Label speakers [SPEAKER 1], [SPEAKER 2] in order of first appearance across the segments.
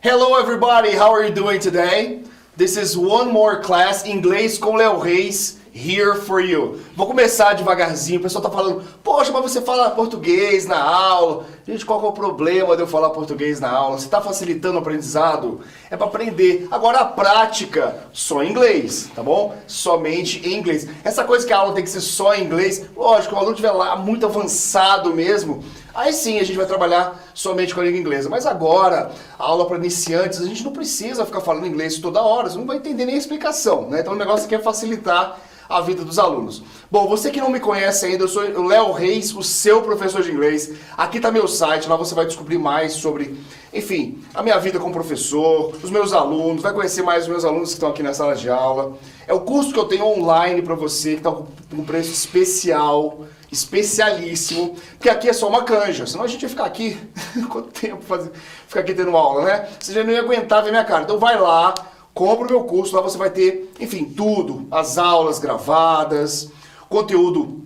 [SPEAKER 1] Hello everybody, how are you doing today? This is one more class inglês com Léo Reis here for you. Vou começar devagarzinho, o pessoal tá falando, poxa, mas você fala português na aula. Gente, qual que é o problema de eu falar português na aula? Você tá facilitando o aprendizado? É para aprender. Agora a prática, só em inglês, tá bom? Somente em inglês. Essa coisa que a aula tem que ser só em inglês, lógico, o aluno tiver lá muito avançado mesmo, Aí sim a gente vai trabalhar somente com a língua inglesa. Mas agora, a aula para iniciantes, a gente não precisa ficar falando inglês toda hora, você não vai entender nem a explicação, né? Então o negócio aqui é facilitar a vida dos alunos. Bom, você que não me conhece ainda, eu sou o Léo Reis, o seu professor de inglês. Aqui está meu site, lá você vai descobrir mais sobre, enfim, a minha vida como professor, os meus alunos, vai conhecer mais os meus alunos que estão aqui na sala de aula. É o curso que eu tenho online para você, que está com um preço especial especialíssimo, porque aqui é só uma canja, senão a gente ia ficar aqui, quanto tempo fazer, ficar aqui tendo aula, né? Você já não ia aguentar ver minha cara. Então vai lá, compra o meu curso, lá você vai ter, enfim, tudo, as aulas gravadas, conteúdo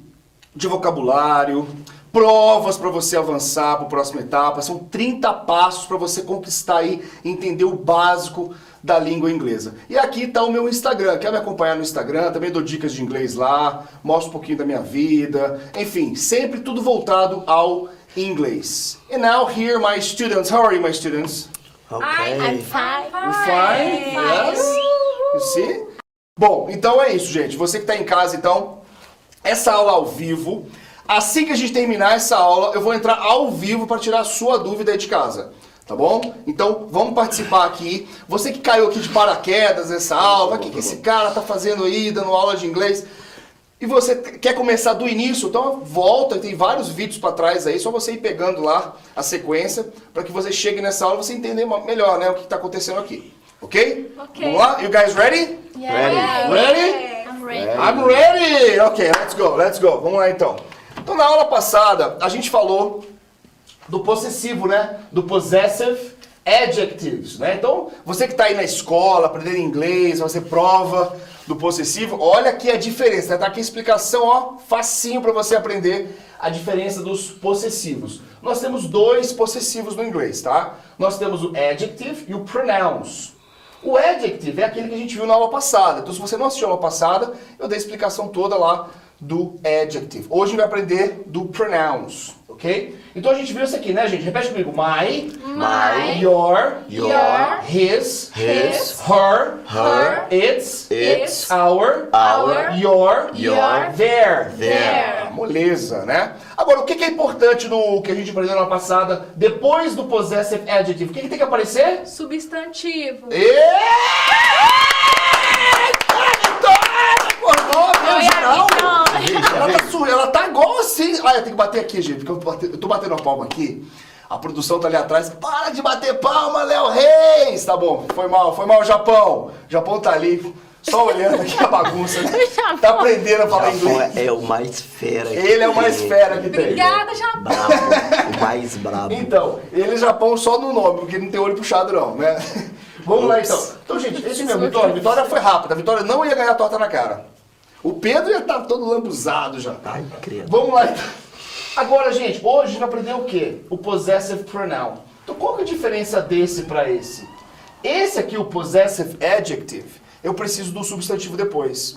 [SPEAKER 1] de vocabulário, provas para você avançar para a próxima etapa, são 30 passos para você conquistar e entender o básico da língua inglesa. E aqui está o meu Instagram. Quer me acompanhar no Instagram? Também dou dicas de inglês lá, mostro um pouquinho da minha vida. Enfim, sempre tudo voltado ao inglês. And now here my students. How are you, my students?
[SPEAKER 2] I'm
[SPEAKER 3] Okay.
[SPEAKER 2] fine.
[SPEAKER 1] You fine? Yes? You see? Bom, então é isso, gente. Você que está em casa, então, essa aula ao vivo. Assim que a gente terminar essa aula, eu vou entrar ao vivo para tirar a sua dúvida aí de casa. Tá bom? Então vamos participar aqui. Você que caiu aqui de paraquedas nessa aula, o que, que esse cara tá fazendo aí, dando aula de inglês? E você quer começar do início, então volta, tem vários vídeos para trás aí, só você ir pegando lá a sequência para que você chegue nessa aula e você entender ma- melhor, né, o que está acontecendo aqui. OK?
[SPEAKER 2] Ok.
[SPEAKER 1] Vamos lá? You guys ready?
[SPEAKER 3] Ready?
[SPEAKER 1] Ready?
[SPEAKER 2] I'm ready.
[SPEAKER 1] I'm ready. OK, let's go. Let's go. Vamos lá então. Então na aula passada, a gente falou do possessivo, né? Do possessive adjectives, né? Então, você que está aí na escola, aprendendo inglês, fazer prova do possessivo, olha aqui a diferença, né? Tá aqui a explicação, ó, facinho para você aprender a diferença dos possessivos. Nós temos dois possessivos no inglês, tá? Nós temos o adjective e o pronouns. O adjective é aquele que a gente viu na aula passada. Então, se você não assistiu a aula passada, eu dei a explicação toda lá do adjective. Hoje a gente vai aprender do pronouns, ok? Então a gente viu isso aqui, né, gente? Repete comigo. My,
[SPEAKER 3] My,
[SPEAKER 1] your,
[SPEAKER 3] your,
[SPEAKER 1] his,
[SPEAKER 3] his,
[SPEAKER 1] her,
[SPEAKER 3] her,
[SPEAKER 1] its,
[SPEAKER 3] its,
[SPEAKER 1] our,
[SPEAKER 3] our,
[SPEAKER 1] your,
[SPEAKER 3] your,
[SPEAKER 1] their.
[SPEAKER 3] their.
[SPEAKER 1] Ah, Moleza, né? Agora, o que que é importante no que a gente aprendeu na aula passada, depois do possessive adjective? O que, que tem que aparecer?
[SPEAKER 4] Substantivo.
[SPEAKER 1] Eita, Vitória! Acordou, meu
[SPEAKER 4] Eu ia
[SPEAKER 1] geral!
[SPEAKER 4] avisar.
[SPEAKER 1] Ela tá, sur... ela tá igual assim. Olha, tem que bater aqui, gente, porque eu, bate- eu tô batendo a palma aqui. A produção tá ali atrás. Para de bater palma, Léo Reis! Tá bom, foi mal, foi mal, Japão. Japão tá ali, só olhando aqui a bagunça. né? Tá aprendendo a falar
[SPEAKER 3] Japão
[SPEAKER 1] inglês.
[SPEAKER 3] é, é o mais fera que
[SPEAKER 1] Ele é o mais
[SPEAKER 3] tem.
[SPEAKER 1] fera que tem.
[SPEAKER 4] Obrigada, Japão.
[SPEAKER 3] Brabo, o mais brabo.
[SPEAKER 1] Então, ele é Japão só no nome, porque ele não tem olho puxado, não, né? Vamos lá então. Então, gente, esse mesmo, Vitória. Vitória foi rápida. Vitória não ia ganhar a torta na cara. O Pedro ia estar todo lambuzado já.
[SPEAKER 3] Ai, credo.
[SPEAKER 1] Vamos lá então. Agora, gente, hoje a gente vai aprender o quê? O possessive pronoun. Então, qual que é a diferença desse para esse? Esse aqui, o possessive adjective, eu preciso do substantivo depois.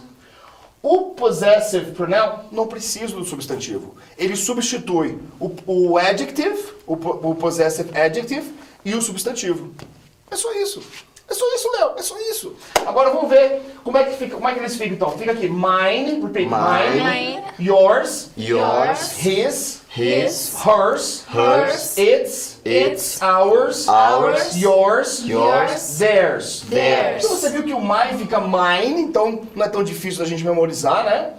[SPEAKER 1] O possessive pronoun não precisa do substantivo. Ele substitui o, o adjective, o, po- o possessive adjective e o substantivo. É só isso. É só isso, Léo. É só isso. Agora vamos ver como é que fica, como é que eles ficam então. Fica aqui mine, repeat,
[SPEAKER 3] Mine.
[SPEAKER 4] Mine.
[SPEAKER 1] yours,
[SPEAKER 3] Yours,
[SPEAKER 1] his,
[SPEAKER 3] his,
[SPEAKER 1] hers,
[SPEAKER 3] hers,
[SPEAKER 1] its,
[SPEAKER 3] its,
[SPEAKER 1] ours,
[SPEAKER 3] ours,
[SPEAKER 1] yours,
[SPEAKER 3] yours,
[SPEAKER 1] theirs.
[SPEAKER 3] theirs.
[SPEAKER 1] Então você viu que o mine fica mine, então não é tão difícil da gente memorizar, né?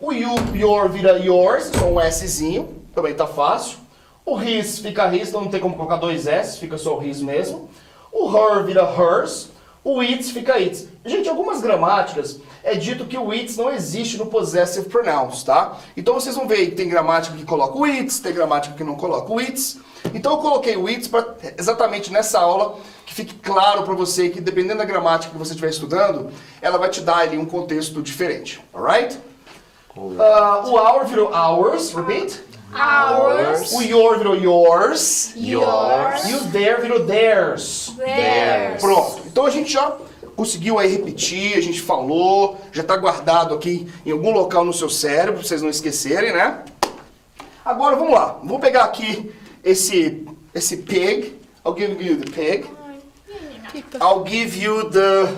[SPEAKER 1] O you, your vira yours, só um Szinho, também tá fácil. O his fica his, então não tem como colocar dois S, fica só o his mesmo. O her vira hers, o its fica its. Gente, algumas gramáticas é dito que o its não existe no possessive pronouns, tá? Então vocês vão ver que tem gramática que coloca o its, tem gramática que não coloca o its. Então eu coloquei o ITS pra, exatamente nessa aula que fique claro para você que dependendo da gramática que você estiver estudando, ela vai te dar ali um contexto diferente, alright? Ah, o hour virou hours, repeat.
[SPEAKER 4] Ours.
[SPEAKER 1] O your virou yours.
[SPEAKER 4] Yours.
[SPEAKER 1] E o there virou theirs.
[SPEAKER 4] Theirs.
[SPEAKER 1] Pronto. Então a gente já conseguiu aí repetir, a gente falou, já tá guardado aqui em algum local no seu cérebro, pra vocês não esquecerem, né? Agora vamos lá. Vou pegar aqui esse esse pig. I'll give you the pig. I'll give you the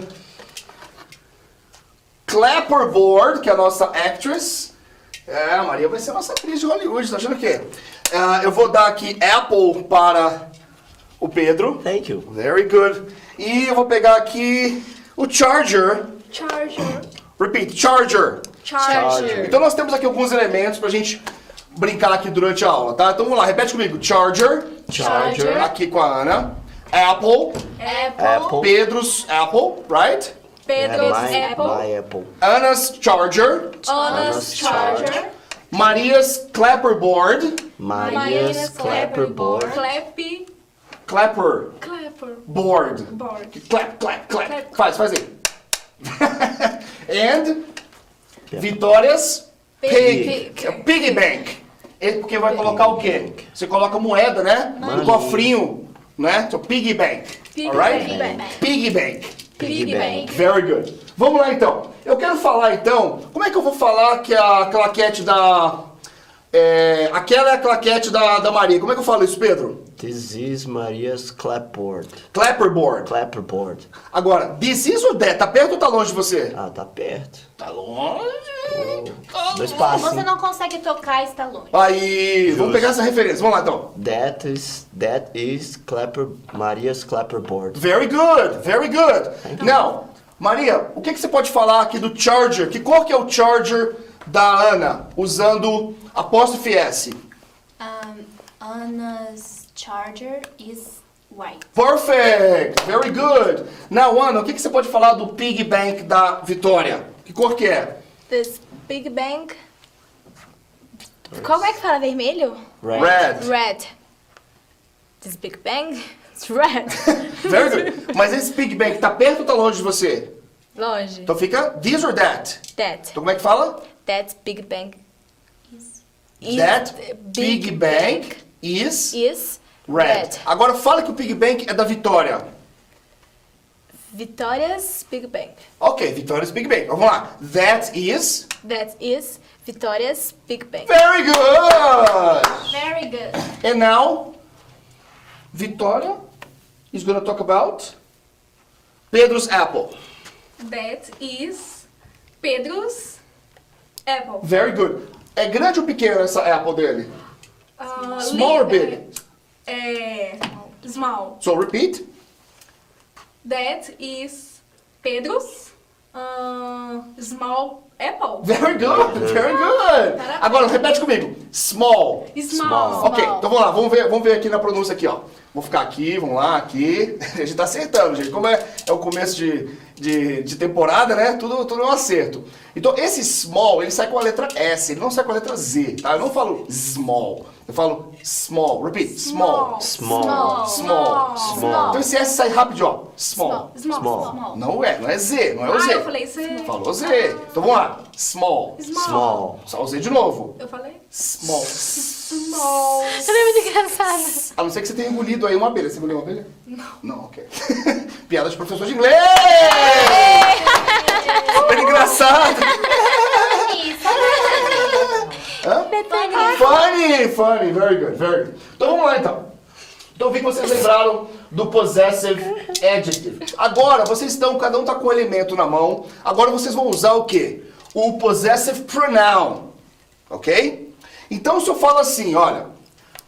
[SPEAKER 1] clapperboard, que é a nossa actress. É, a Maria vai ser a nossa atriz de Hollywood, tá achando o quê? Ah, eu vou dar aqui Apple para o Pedro.
[SPEAKER 3] Thank you.
[SPEAKER 1] Very good. E eu vou pegar aqui o Charger.
[SPEAKER 4] Charger.
[SPEAKER 1] Repeat, Charger.
[SPEAKER 4] Charger.
[SPEAKER 1] Então nós temos aqui alguns elementos pra gente brincar aqui durante a aula, tá? Então vamos lá, repete comigo. Charger.
[SPEAKER 4] Charger.
[SPEAKER 1] Aqui com a Ana. Apple.
[SPEAKER 4] Apple.
[SPEAKER 3] Apple.
[SPEAKER 1] Pedro's Apple, right?
[SPEAKER 4] Pedro's
[SPEAKER 3] my,
[SPEAKER 4] Apple.
[SPEAKER 3] my Apple.
[SPEAKER 1] Anna's Charger.
[SPEAKER 4] Anna's Charger.
[SPEAKER 1] Maria's Clapperboard.
[SPEAKER 3] Maria's clapperboard.
[SPEAKER 4] Clap.
[SPEAKER 1] Clapperboard.
[SPEAKER 4] Clapper. Board.
[SPEAKER 1] Clap, clap, clap.
[SPEAKER 4] Clap.
[SPEAKER 1] Faz, faz aí. And Vitórias Pig.
[SPEAKER 4] Pig.
[SPEAKER 1] Pig. Piggy Bank. É Porque vai colocar o quê? Você coloca moeda, né? No cofrinho, né? So, piggy Bank.
[SPEAKER 4] Piggy
[SPEAKER 1] Alright?
[SPEAKER 4] bank.
[SPEAKER 1] Piggy Bank.
[SPEAKER 4] Piggy
[SPEAKER 3] bank.
[SPEAKER 4] bank.
[SPEAKER 1] Very good. Vamos lá então. Eu quero falar então, como é que eu vou falar que a claquete da. é, aquela é a claquete da, da Maria. Como é que eu falo isso, Pedro?
[SPEAKER 3] This is Maria's clapboard.
[SPEAKER 1] Clapperboard.
[SPEAKER 3] Clapperboard.
[SPEAKER 1] Agora, this is o that? Tá perto ou tá longe de você?
[SPEAKER 3] Ah, tá perto.
[SPEAKER 1] Tá longe.
[SPEAKER 3] Dois passos.
[SPEAKER 2] Você não consegue tocar, está longe.
[SPEAKER 1] Aí, vamos pegar essa referência. Vamos lá então.
[SPEAKER 3] That is that is clapper Maria's clapperboard.
[SPEAKER 1] Very good, very good.
[SPEAKER 5] Então,
[SPEAKER 1] Now, Maria, o que, que você pode falar aqui do Charger? Que cor que é o Charger da Ana? Usando apóstrofe S.
[SPEAKER 2] Um, Anna's charger is white.
[SPEAKER 1] Perfect, very good. Now, Ana, o que, que você pode falar do Pig Bank da Vitória? Que cor que é?
[SPEAKER 5] This Big Bang. Como é que fala vermelho?
[SPEAKER 3] Red.
[SPEAKER 1] Red.
[SPEAKER 5] Red. This Big Bang. It's red.
[SPEAKER 1] Very good. Mas esse Pig Bank tá perto ou tá longe de você?
[SPEAKER 5] Longe.
[SPEAKER 1] Então fica this or that.
[SPEAKER 5] That.
[SPEAKER 1] Então como é que fala?
[SPEAKER 5] That Big Bang. Is
[SPEAKER 1] that
[SPEAKER 5] the
[SPEAKER 1] Pig Bank, is
[SPEAKER 5] Is
[SPEAKER 1] red.
[SPEAKER 5] red.
[SPEAKER 1] Agora fala que o Pig Bank é da Vitória.
[SPEAKER 5] Vitória's Big Bang.
[SPEAKER 1] Ok, Vitória's Big Bang. Vamos lá. That is
[SPEAKER 5] That is Vitória's Big Bang.
[SPEAKER 1] very good.
[SPEAKER 2] Very good.
[SPEAKER 1] And now, Vitória is going to talk about Pedro's apple.
[SPEAKER 4] That is Pedro's Apple.
[SPEAKER 1] Very good. É grande ou pequena essa apple dele?
[SPEAKER 4] Uh,
[SPEAKER 1] Small or
[SPEAKER 4] li-
[SPEAKER 1] big?
[SPEAKER 4] É, small.
[SPEAKER 1] So repeat.
[SPEAKER 4] That is Pedro's uh, small apple.
[SPEAKER 1] Very good, very good. Agora repete comigo. Small.
[SPEAKER 4] Small.
[SPEAKER 1] Ok, então vamos lá, vamos ver, vamos ver aqui na pronúncia aqui, ó. Vou ficar aqui, vamos lá, aqui. A gente tá acertando, gente. Como é, é o começo de, de, de temporada, né? Tudo, tudo é um acerto. Então, esse small, ele sai com a letra S, ele não sai com a letra Z, tá? Eu não falo small, eu falo small. Repeat, small.
[SPEAKER 3] Small.
[SPEAKER 1] Small.
[SPEAKER 3] Small.
[SPEAKER 1] Então esse S sai rápido, ó. Small.
[SPEAKER 4] Small.
[SPEAKER 3] Small.
[SPEAKER 2] Small.
[SPEAKER 1] Não é, não é Z, não é o
[SPEAKER 4] Ah,
[SPEAKER 1] Z.
[SPEAKER 4] eu falei Z.
[SPEAKER 1] Falou Z. Então vamos lá. Small.
[SPEAKER 3] Small.
[SPEAKER 1] Só o Z de novo.
[SPEAKER 4] Eu falei?
[SPEAKER 1] Small.
[SPEAKER 4] Small.
[SPEAKER 5] Ela é muito engraçada.
[SPEAKER 1] A não ser que você tenha engolido aí uma abelha. Você engoliu uma abelha? Não. Não, ok. Piada de professor de inglês! Super engraçado!
[SPEAKER 2] Isso.
[SPEAKER 1] Hã? Funny, funny, very good, very good. Então vamos lá então. Então eu vi que vocês lembraram do possessive adjective. Agora vocês estão, cada um tá com um elemento na mão. Agora vocês vão usar o quê? O possessive pronoun. Ok? Então se eu falo assim, olha.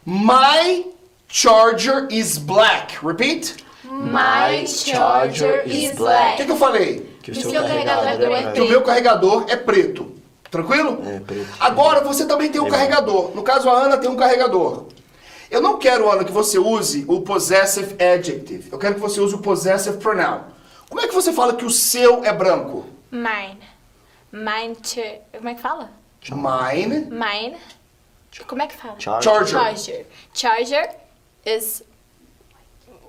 [SPEAKER 1] My charger is black. Repeat.
[SPEAKER 2] My charger is
[SPEAKER 1] O que,
[SPEAKER 2] black.
[SPEAKER 1] que eu falei?
[SPEAKER 3] Que o
[SPEAKER 2] Diz
[SPEAKER 3] seu
[SPEAKER 2] que o
[SPEAKER 3] carregador
[SPEAKER 2] carregador é
[SPEAKER 3] é
[SPEAKER 1] Que o
[SPEAKER 3] preto.
[SPEAKER 1] meu carregador é preto. Tranquilo?
[SPEAKER 3] É, preto. É.
[SPEAKER 1] Agora você também tem um carregador. No caso, a Ana tem um carregador. Eu não quero, Ana, que você use o possessive adjective. Eu quero que você use o possessive pronoun. Como é que você fala que o seu é branco?
[SPEAKER 5] Mine. Mine. Char... Como é que fala?
[SPEAKER 1] Mine.
[SPEAKER 5] Mine. Como é que fala?
[SPEAKER 1] Charger.
[SPEAKER 5] Charger. Charger is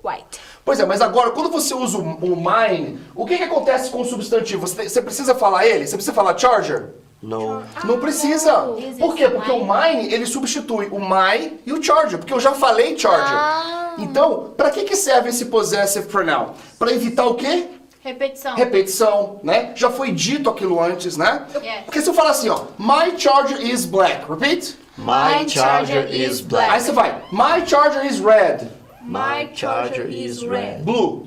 [SPEAKER 5] white.
[SPEAKER 1] Pois é, mas agora, quando você usa o, o mine, o que, que acontece com o substantivo? Você, tem- você precisa falar ele? Você precisa falar charger?
[SPEAKER 3] No.
[SPEAKER 1] Não precisa.
[SPEAKER 2] This
[SPEAKER 1] Por
[SPEAKER 2] is
[SPEAKER 1] quê? Porque o
[SPEAKER 2] mine.
[SPEAKER 1] mine, ele substitui o my e o charger, porque eu já falei charger.
[SPEAKER 2] Ah.
[SPEAKER 1] Então, pra que que serve esse possessive pronoun? Pra evitar o quê?
[SPEAKER 2] Repetição.
[SPEAKER 1] Repetição, né? Já foi dito aquilo antes, né?
[SPEAKER 2] Yes.
[SPEAKER 1] Porque se eu falar assim, ó, my charger is black, repeat.
[SPEAKER 3] My charger is
[SPEAKER 1] Aí
[SPEAKER 3] black.
[SPEAKER 1] você vai, my charger is red,
[SPEAKER 4] My charger is red.
[SPEAKER 1] blue,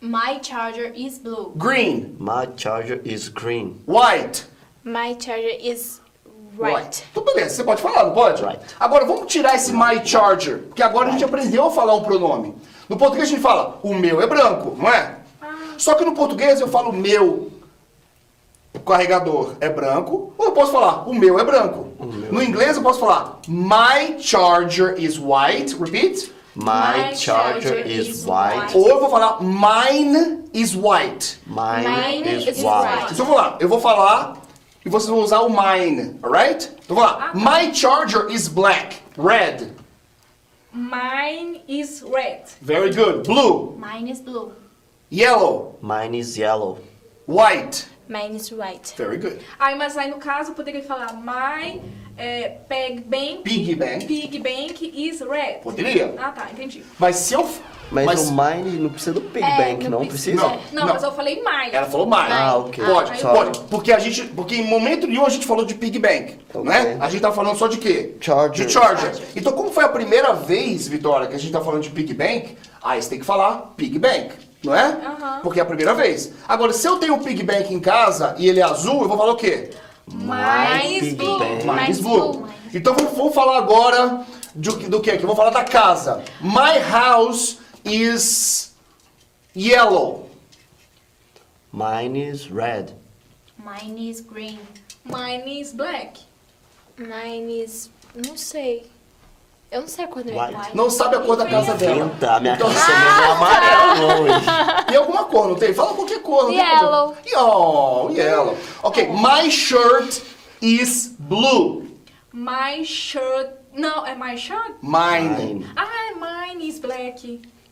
[SPEAKER 2] My charger is blue.
[SPEAKER 1] green,
[SPEAKER 3] My charger is green.
[SPEAKER 1] white.
[SPEAKER 5] My charger is right.
[SPEAKER 1] Então beleza, você pode falar, não pode?
[SPEAKER 3] Right.
[SPEAKER 1] Agora vamos tirar esse my charger, porque agora a gente aprendeu a falar um pronome. No português a gente fala, o meu é branco, não é? Só que no português eu falo o meu carregador é branco, ou eu posso falar, o meu é branco.
[SPEAKER 3] meu
[SPEAKER 1] No inglês eu posso falar, my charger is white, repeat.
[SPEAKER 3] My charger is white.
[SPEAKER 1] Ou eu vou falar, mine is white.
[SPEAKER 3] Mine
[SPEAKER 2] Mine
[SPEAKER 3] is
[SPEAKER 2] is
[SPEAKER 3] white.
[SPEAKER 2] white.
[SPEAKER 1] Então vamos lá, eu vou falar e vocês vão usar o mine, alright? Então vamos lá, my charger is black, red.
[SPEAKER 4] Mine is red.
[SPEAKER 1] Very good. Blue,
[SPEAKER 2] Mine is blue.
[SPEAKER 1] yellow,
[SPEAKER 3] Mine is yellow.
[SPEAKER 1] white.
[SPEAKER 5] Mine is right.
[SPEAKER 1] Very good.
[SPEAKER 4] Aí, mas aí no caso eu poderia falar my é, peg bank.
[SPEAKER 1] Pig bank.
[SPEAKER 4] Pig bank is red.
[SPEAKER 1] Poderia.
[SPEAKER 4] Ah tá, entendi.
[SPEAKER 1] Mas se eu.
[SPEAKER 3] Mas,
[SPEAKER 1] mas-
[SPEAKER 3] o mine não precisa do Big
[SPEAKER 5] É,
[SPEAKER 3] Bang,
[SPEAKER 5] não
[SPEAKER 3] não
[SPEAKER 5] precisa.
[SPEAKER 3] precisa?
[SPEAKER 1] Não.
[SPEAKER 4] Não, mas eu falei my.
[SPEAKER 1] Ela falou mais.
[SPEAKER 3] Ah, ok.
[SPEAKER 1] Pode,
[SPEAKER 4] Ah,
[SPEAKER 3] sorry.
[SPEAKER 1] pode. Porque a gente. Porque em momento nenhum a gente falou de Pig Bank.
[SPEAKER 3] Ok.
[SPEAKER 1] Né? A gente tá falando só de quê?
[SPEAKER 3] Charger.
[SPEAKER 1] De Charger. Então, como foi a primeira vez, Vitória, que a gente tá falando de Pig Bank, aí você tem que falar Pig Bank. Não é?
[SPEAKER 4] Aham.
[SPEAKER 1] Porque é a primeira vez. Agora, se eu tenho o Pig Bank em casa e ele é azul, eu vou falar o quê?
[SPEAKER 4] My
[SPEAKER 3] Big
[SPEAKER 4] blue.
[SPEAKER 1] Mais
[SPEAKER 3] Bang.
[SPEAKER 5] Mais
[SPEAKER 1] blue.
[SPEAKER 5] blue.
[SPEAKER 1] Então vamos, vamos falar agora do, do que é aqui? Vamos falar da casa. My house is yellow.
[SPEAKER 3] Mine is red.
[SPEAKER 2] Mine is green.
[SPEAKER 4] Mine is black.
[SPEAKER 5] Mine is. Não sei. Eu não sei a cor da minha
[SPEAKER 3] White.
[SPEAKER 5] casa.
[SPEAKER 1] Não sabe a cor da casa dela.
[SPEAKER 3] Tenta, minha
[SPEAKER 1] Então-
[SPEAKER 3] calça é meio amarela hoje.
[SPEAKER 1] Tem alguma cor, não tem? Fala qualquer cor. Não
[SPEAKER 5] Yellow.
[SPEAKER 1] Tem problema. Yo, yellow. Ok, my shirt is blue.
[SPEAKER 4] My shirt. Não, é my shirt?
[SPEAKER 1] Mine.
[SPEAKER 3] Mine,
[SPEAKER 4] Ah, mine is black.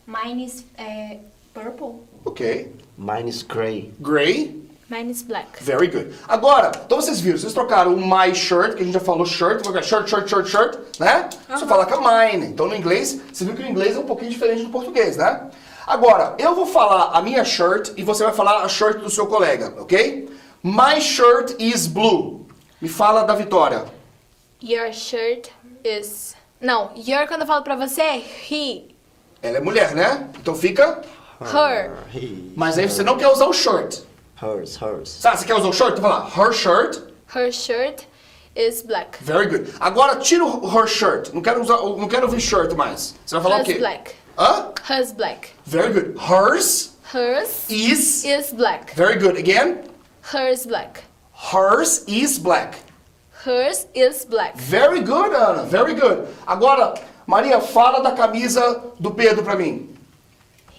[SPEAKER 2] Mine is eh, purple.
[SPEAKER 1] Ok.
[SPEAKER 3] mine is grey.
[SPEAKER 1] Gray.
[SPEAKER 5] Mine is black.
[SPEAKER 1] Very good. Agora, então vocês viram, vocês trocaram o my shirt, que a gente já falou shirt, vou colocar shirt, shirt, shirt, shirt, né? Você fala com a mine. Então no inglês, você viu que o inglês é um pouquinho diferente do português, né? Agora, eu vou falar a minha shirt e você vai falar a shirt do seu colega, ok? My shirt is blue. Me fala da Vitória.
[SPEAKER 5] Your shirt is. Não, your quando eu falo pra você é he,
[SPEAKER 1] Ela é mulher, né? Então fica.
[SPEAKER 5] her.
[SPEAKER 3] He-
[SPEAKER 1] Mas aí você não quer usar o shirt.
[SPEAKER 3] Hers, hers.
[SPEAKER 1] Sabe, você quer usar o shirt? Então fala her shirt.
[SPEAKER 5] Her shirt is black.
[SPEAKER 1] Very good. Agora tira o her shirt. Não quero usar, não quero ouvir shirt mais. Você vai falar o
[SPEAKER 5] Hers
[SPEAKER 1] quê?
[SPEAKER 5] black.
[SPEAKER 1] Hã?
[SPEAKER 5] Hers black.
[SPEAKER 1] Very good. Hers
[SPEAKER 5] Hers
[SPEAKER 1] is.
[SPEAKER 5] is black.
[SPEAKER 1] Very good. Again.
[SPEAKER 5] Hers black.
[SPEAKER 1] Hers is black.
[SPEAKER 5] Hers is black.
[SPEAKER 1] Very good, Ana. Very good. Agora, Maria, fala da camisa do Pedro pra mim.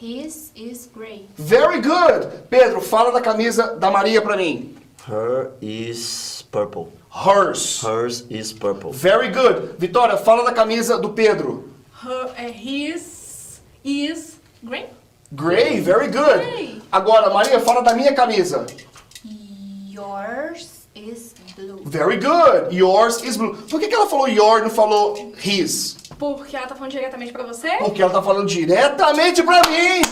[SPEAKER 2] His is gray.
[SPEAKER 1] Very good. Pedro, fala da camisa da Maria pra mim.
[SPEAKER 3] Her is purple.
[SPEAKER 1] Hers.
[SPEAKER 3] Hers is purple.
[SPEAKER 1] Very good. Vitória, fala da camisa do Pedro.
[SPEAKER 4] Her, é, his is green.
[SPEAKER 1] Gray. Very good.
[SPEAKER 4] Gray.
[SPEAKER 1] Agora, Maria, fala da minha camisa.
[SPEAKER 2] Yours is blue.
[SPEAKER 1] Very good. Yours is blue. Por que, que ela falou your e não falou his?
[SPEAKER 4] Porque ela tá falando diretamente pra você?
[SPEAKER 1] Porque ela tá falando diretamente pra mim.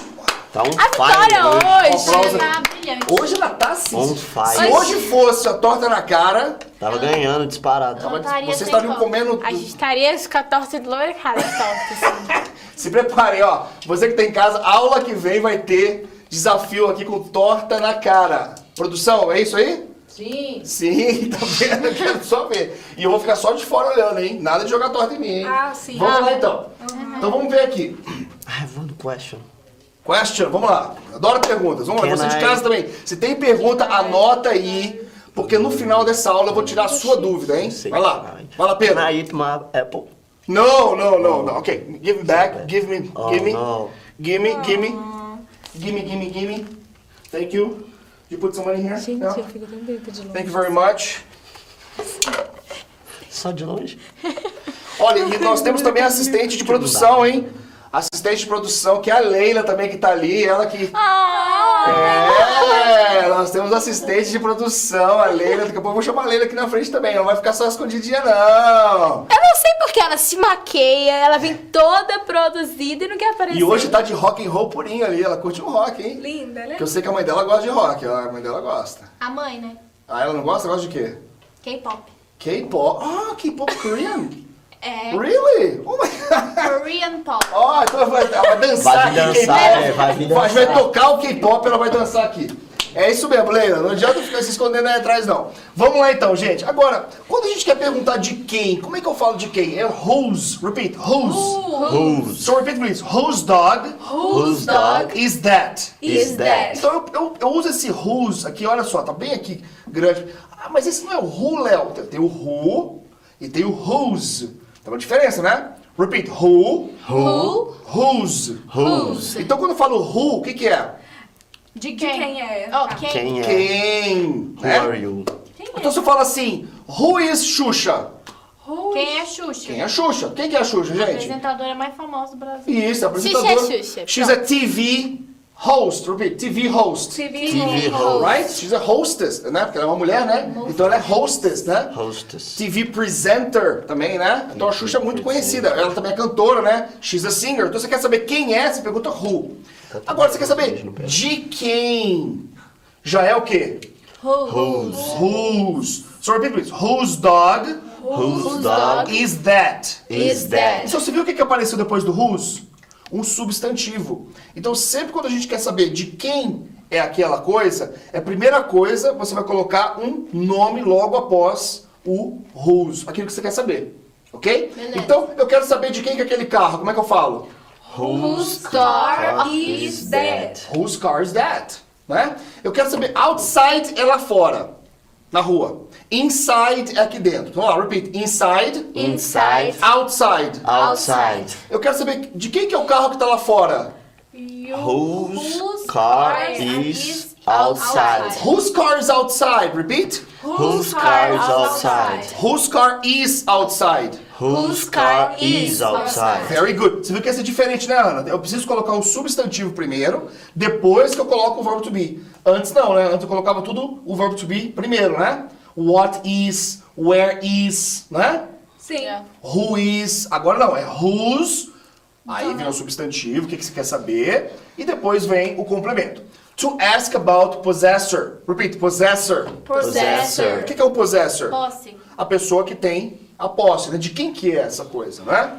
[SPEAKER 3] Tá um
[SPEAKER 5] A
[SPEAKER 3] fire
[SPEAKER 5] vitória hoje!
[SPEAKER 1] Aplausos.
[SPEAKER 2] Tá brilhante.
[SPEAKER 1] Hoje ela tá assim.
[SPEAKER 3] On
[SPEAKER 1] Se
[SPEAKER 3] fire.
[SPEAKER 1] hoje fosse a torta na cara,
[SPEAKER 3] Tava ganhando, disparado.
[SPEAKER 1] Tá,
[SPEAKER 2] Não estaria
[SPEAKER 1] vocês
[SPEAKER 2] sem
[SPEAKER 1] estariam
[SPEAKER 2] copo.
[SPEAKER 1] comendo.
[SPEAKER 5] A gente estaria com a torta de loira, cara, torta, assim.
[SPEAKER 1] Se preparem, ó. Você que tá em casa, aula que vem vai ter desafio aqui com torta na cara. Produção, é isso aí?
[SPEAKER 4] Sim.
[SPEAKER 1] Sim, tá vendo? Eu Quero só ver. E eu vou ficar só de fora olhando, hein? Nada de jogar torta em mim, hein?
[SPEAKER 4] Ah, sim.
[SPEAKER 1] Vamos
[SPEAKER 4] Ah.
[SPEAKER 1] lá então. Então vamos ver aqui.
[SPEAKER 3] I have one question.
[SPEAKER 1] Question, vamos lá. Adoro perguntas. Vamos lá,
[SPEAKER 3] Can
[SPEAKER 1] você de
[SPEAKER 3] I-
[SPEAKER 1] casa também. Se tem pergunta,
[SPEAKER 4] É.
[SPEAKER 1] anota aí, porque no final dessa aula eu vou tirar a sua dúvida, hein? Vai lá. Vai lá, Pedro.
[SPEAKER 3] Ah, Can I eat my apple?
[SPEAKER 1] No, no, no, no. Okay, give me back. Give me,
[SPEAKER 3] Oh,
[SPEAKER 1] give me,
[SPEAKER 3] no.
[SPEAKER 1] give
[SPEAKER 5] Ah.
[SPEAKER 1] me, give me, give me, give me, give me. Thank you. You put some money here?
[SPEAKER 5] Gente,
[SPEAKER 1] No?
[SPEAKER 5] eu fico tão bonita de loira.
[SPEAKER 1] Thank you very much.
[SPEAKER 3] Só de longe?
[SPEAKER 1] Olha, e nós temos também assistente de produção, hein? Assistente de produção, que é a Leila também que tá ali, ela que.
[SPEAKER 5] Ah,
[SPEAKER 1] É, nós temos assistente de produção, a Leila. Daqui a pouco eu vou chamar a Leila aqui na frente também. Ela não vai ficar só escondidinha, não.
[SPEAKER 5] Eu não sei porque ela se maqueia, ela vem toda produzida e não quer aparecer.
[SPEAKER 1] E hoje tá de rock and roll purinho ali. Ela curte um rock, hein?
[SPEAKER 4] Linda, né?
[SPEAKER 1] Porque eu sei que a mãe dela gosta de rock. A mãe dela gosta.
[SPEAKER 2] A mãe, né?
[SPEAKER 1] Ah, ela não gosta? Gosta de quê?
[SPEAKER 2] K-pop.
[SPEAKER 1] K-pop. Ah, K-pop Korean?
[SPEAKER 2] É
[SPEAKER 1] Really? Oh my god.
[SPEAKER 2] Korean pop.
[SPEAKER 1] Ó, então ela vai, ela vai dançar
[SPEAKER 3] Vai vir
[SPEAKER 1] aqui,
[SPEAKER 3] dançar,
[SPEAKER 1] K-pop.
[SPEAKER 3] é, vai vir
[SPEAKER 1] Vai, vai
[SPEAKER 3] dançar.
[SPEAKER 1] tocar o K-pop, ela vai dançar aqui. É isso mesmo, Leila. Não adianta ficar se escondendo aí atrás, não. Vamos lá então, gente. Agora, quando a gente quer perguntar de quem, como é que eu falo de quem? É whose. Repeat, whose.
[SPEAKER 3] Whose?
[SPEAKER 1] So repeat, please. Whose dog
[SPEAKER 3] Whose dog
[SPEAKER 1] is that?
[SPEAKER 3] is that?
[SPEAKER 1] Então eu, eu- eu uso esse who's aqui, olha só, tá bem aqui, grande. Ah, mas esse não é o who, Léo. Tem, tem o who e tem o whose. Tem uma diferença, né? Repeat, who,
[SPEAKER 3] Who?
[SPEAKER 1] whose.
[SPEAKER 3] Whose?
[SPEAKER 1] Então quando eu falo who, o que que é?
[SPEAKER 2] De quem?
[SPEAKER 4] quem é?
[SPEAKER 2] Oh,
[SPEAKER 4] Ah.
[SPEAKER 2] quem?
[SPEAKER 3] Quem é?
[SPEAKER 1] Quem,
[SPEAKER 3] Who
[SPEAKER 1] né?
[SPEAKER 3] are you?
[SPEAKER 4] Quem
[SPEAKER 1] Então se eu falo assim, who is Xuxa?
[SPEAKER 4] Who
[SPEAKER 2] Quem é Xuxa?
[SPEAKER 1] Quem é Xuxa? Quem que é a Xuxa,
[SPEAKER 2] A
[SPEAKER 1] gente?
[SPEAKER 2] apresentadora mais famosa do Brasil.
[SPEAKER 1] Isso, apresentadora.
[SPEAKER 5] Xuxa é Xuxa,
[SPEAKER 1] She's a TV host, repeat, TV host.
[SPEAKER 4] TV?
[SPEAKER 3] TV
[SPEAKER 1] All
[SPEAKER 3] host.
[SPEAKER 1] Right? She's a hostess, né? Porque ela é uma mulher, né? Então ela é hostess, né?
[SPEAKER 3] Hostess.
[SPEAKER 1] TV presenter também, né? Então a Xuxa é muito conhecida. Ela também é cantora, né? She's a singer. Então você quer saber quem é, você pergunta who. Agora você quer saber de quem? Já é o quê?
[SPEAKER 3] Whose?
[SPEAKER 1] Whose. So repeat please. Whose dog
[SPEAKER 3] Whose dog
[SPEAKER 1] is that?
[SPEAKER 3] is that?
[SPEAKER 1] Então você viu o que, que apareceu depois do whose? Um substantivo. Então sempre quando a gente quer saber de quem é aquela coisa, é a primeira coisa você vai colocar um nome logo após o whose, aquilo que você quer saber. Ok?
[SPEAKER 2] Beleza.
[SPEAKER 1] Então eu quero saber de quem que é aquele carro. Como é que eu falo?
[SPEAKER 3] Whose
[SPEAKER 4] car is that?
[SPEAKER 1] Whose car is that? Né? Eu quero saber outside é lá fora, na rua. Inside é aqui dentro. Vamos lá, repeat. Inside,
[SPEAKER 3] Inside,
[SPEAKER 1] outside.
[SPEAKER 3] outside.
[SPEAKER 1] Eu quero saber de quem que é o carro que tá lá fora.
[SPEAKER 3] Whose car is outside?
[SPEAKER 1] Whose car is outside? Repeat.
[SPEAKER 3] Whose car is outside?
[SPEAKER 1] Whose car is outside?
[SPEAKER 3] Whose car is outside?
[SPEAKER 1] Very good. Você viu que essa é diferente, né, Ana? Eu preciso colocar o substantivo primeiro, depois que eu coloco o verbo to be. Antes não, né? Antes eu colocava tudo o verbo to be primeiro, né? What is, where is, né?
[SPEAKER 4] Sim.
[SPEAKER 1] Who is. Agora não, é whose. Aí vem o substantivo, o que, que você quer saber. E depois vem o complemento. To ask about possessor. Repeat, possessor.
[SPEAKER 3] Possessor.
[SPEAKER 1] O que, que é o possessor?
[SPEAKER 2] Posse.
[SPEAKER 1] a pessoa que tem a posse, né? De quem que é essa coisa, né?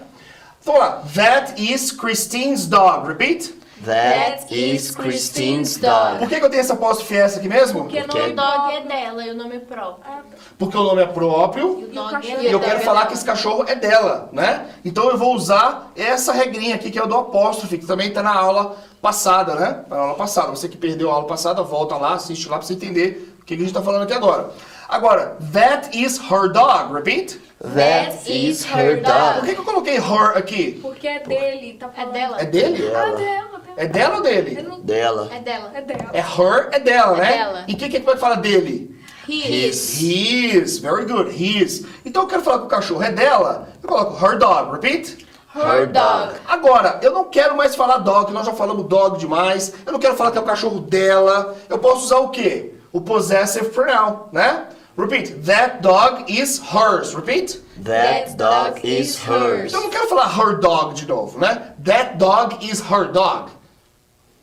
[SPEAKER 1] Então vamos lá. That is Christine's dog. Repeat.
[SPEAKER 3] That is Christine's dog.
[SPEAKER 1] Por que, que eu tenho essa posse fiesta aqui mesmo?
[SPEAKER 4] Porque não
[SPEAKER 2] O dog é dela e o nome é próprio.
[SPEAKER 1] Porque o nome é próprio.
[SPEAKER 2] E o
[SPEAKER 4] E o
[SPEAKER 2] dog é
[SPEAKER 4] cachorro?
[SPEAKER 1] E eu
[SPEAKER 2] dela.
[SPEAKER 1] quero falar que esse cachorro é dela, né? Então eu vou usar essa regrinha aqui que é o do apóstrofe, que também tá na aula passada, né? Na aula passada. Você que perdeu a aula passada, volta lá, assiste lá pra você entender o que a gente tá falando aqui agora. Agora, that is her dog. Repeat.
[SPEAKER 3] That is her
[SPEAKER 1] Por
[SPEAKER 3] dog.
[SPEAKER 1] que, que eu coloquei her aqui?
[SPEAKER 4] Porque é dele, tá
[SPEAKER 2] É
[SPEAKER 4] falando.
[SPEAKER 2] dela.
[SPEAKER 1] É dele?
[SPEAKER 4] Ah,
[SPEAKER 3] Dela.
[SPEAKER 4] dela, dela.
[SPEAKER 1] É dela ou dele?
[SPEAKER 4] Eu não-
[SPEAKER 2] É
[SPEAKER 3] Dela.
[SPEAKER 2] dela.
[SPEAKER 4] É dela.
[SPEAKER 1] É her, é dela,
[SPEAKER 5] É
[SPEAKER 1] né?
[SPEAKER 5] dela.
[SPEAKER 1] E quem que é que vai falar dele?
[SPEAKER 3] His.
[SPEAKER 1] His. Very good. His. Então eu quero falar que o cachorro é dela. Eu coloco her dog. Repeat.
[SPEAKER 3] Her dog.
[SPEAKER 1] Agora, eu não quero mais falar dog, nós já falamos dog demais. Eu não quero falar que é o cachorro dela. Eu posso usar o quê? O possessive pronoun, né? Repeat. That dog is hers. Repeat.
[SPEAKER 3] That dog is hers.
[SPEAKER 1] Então eu não quero falar her dog de novo, né? That dog is her dog.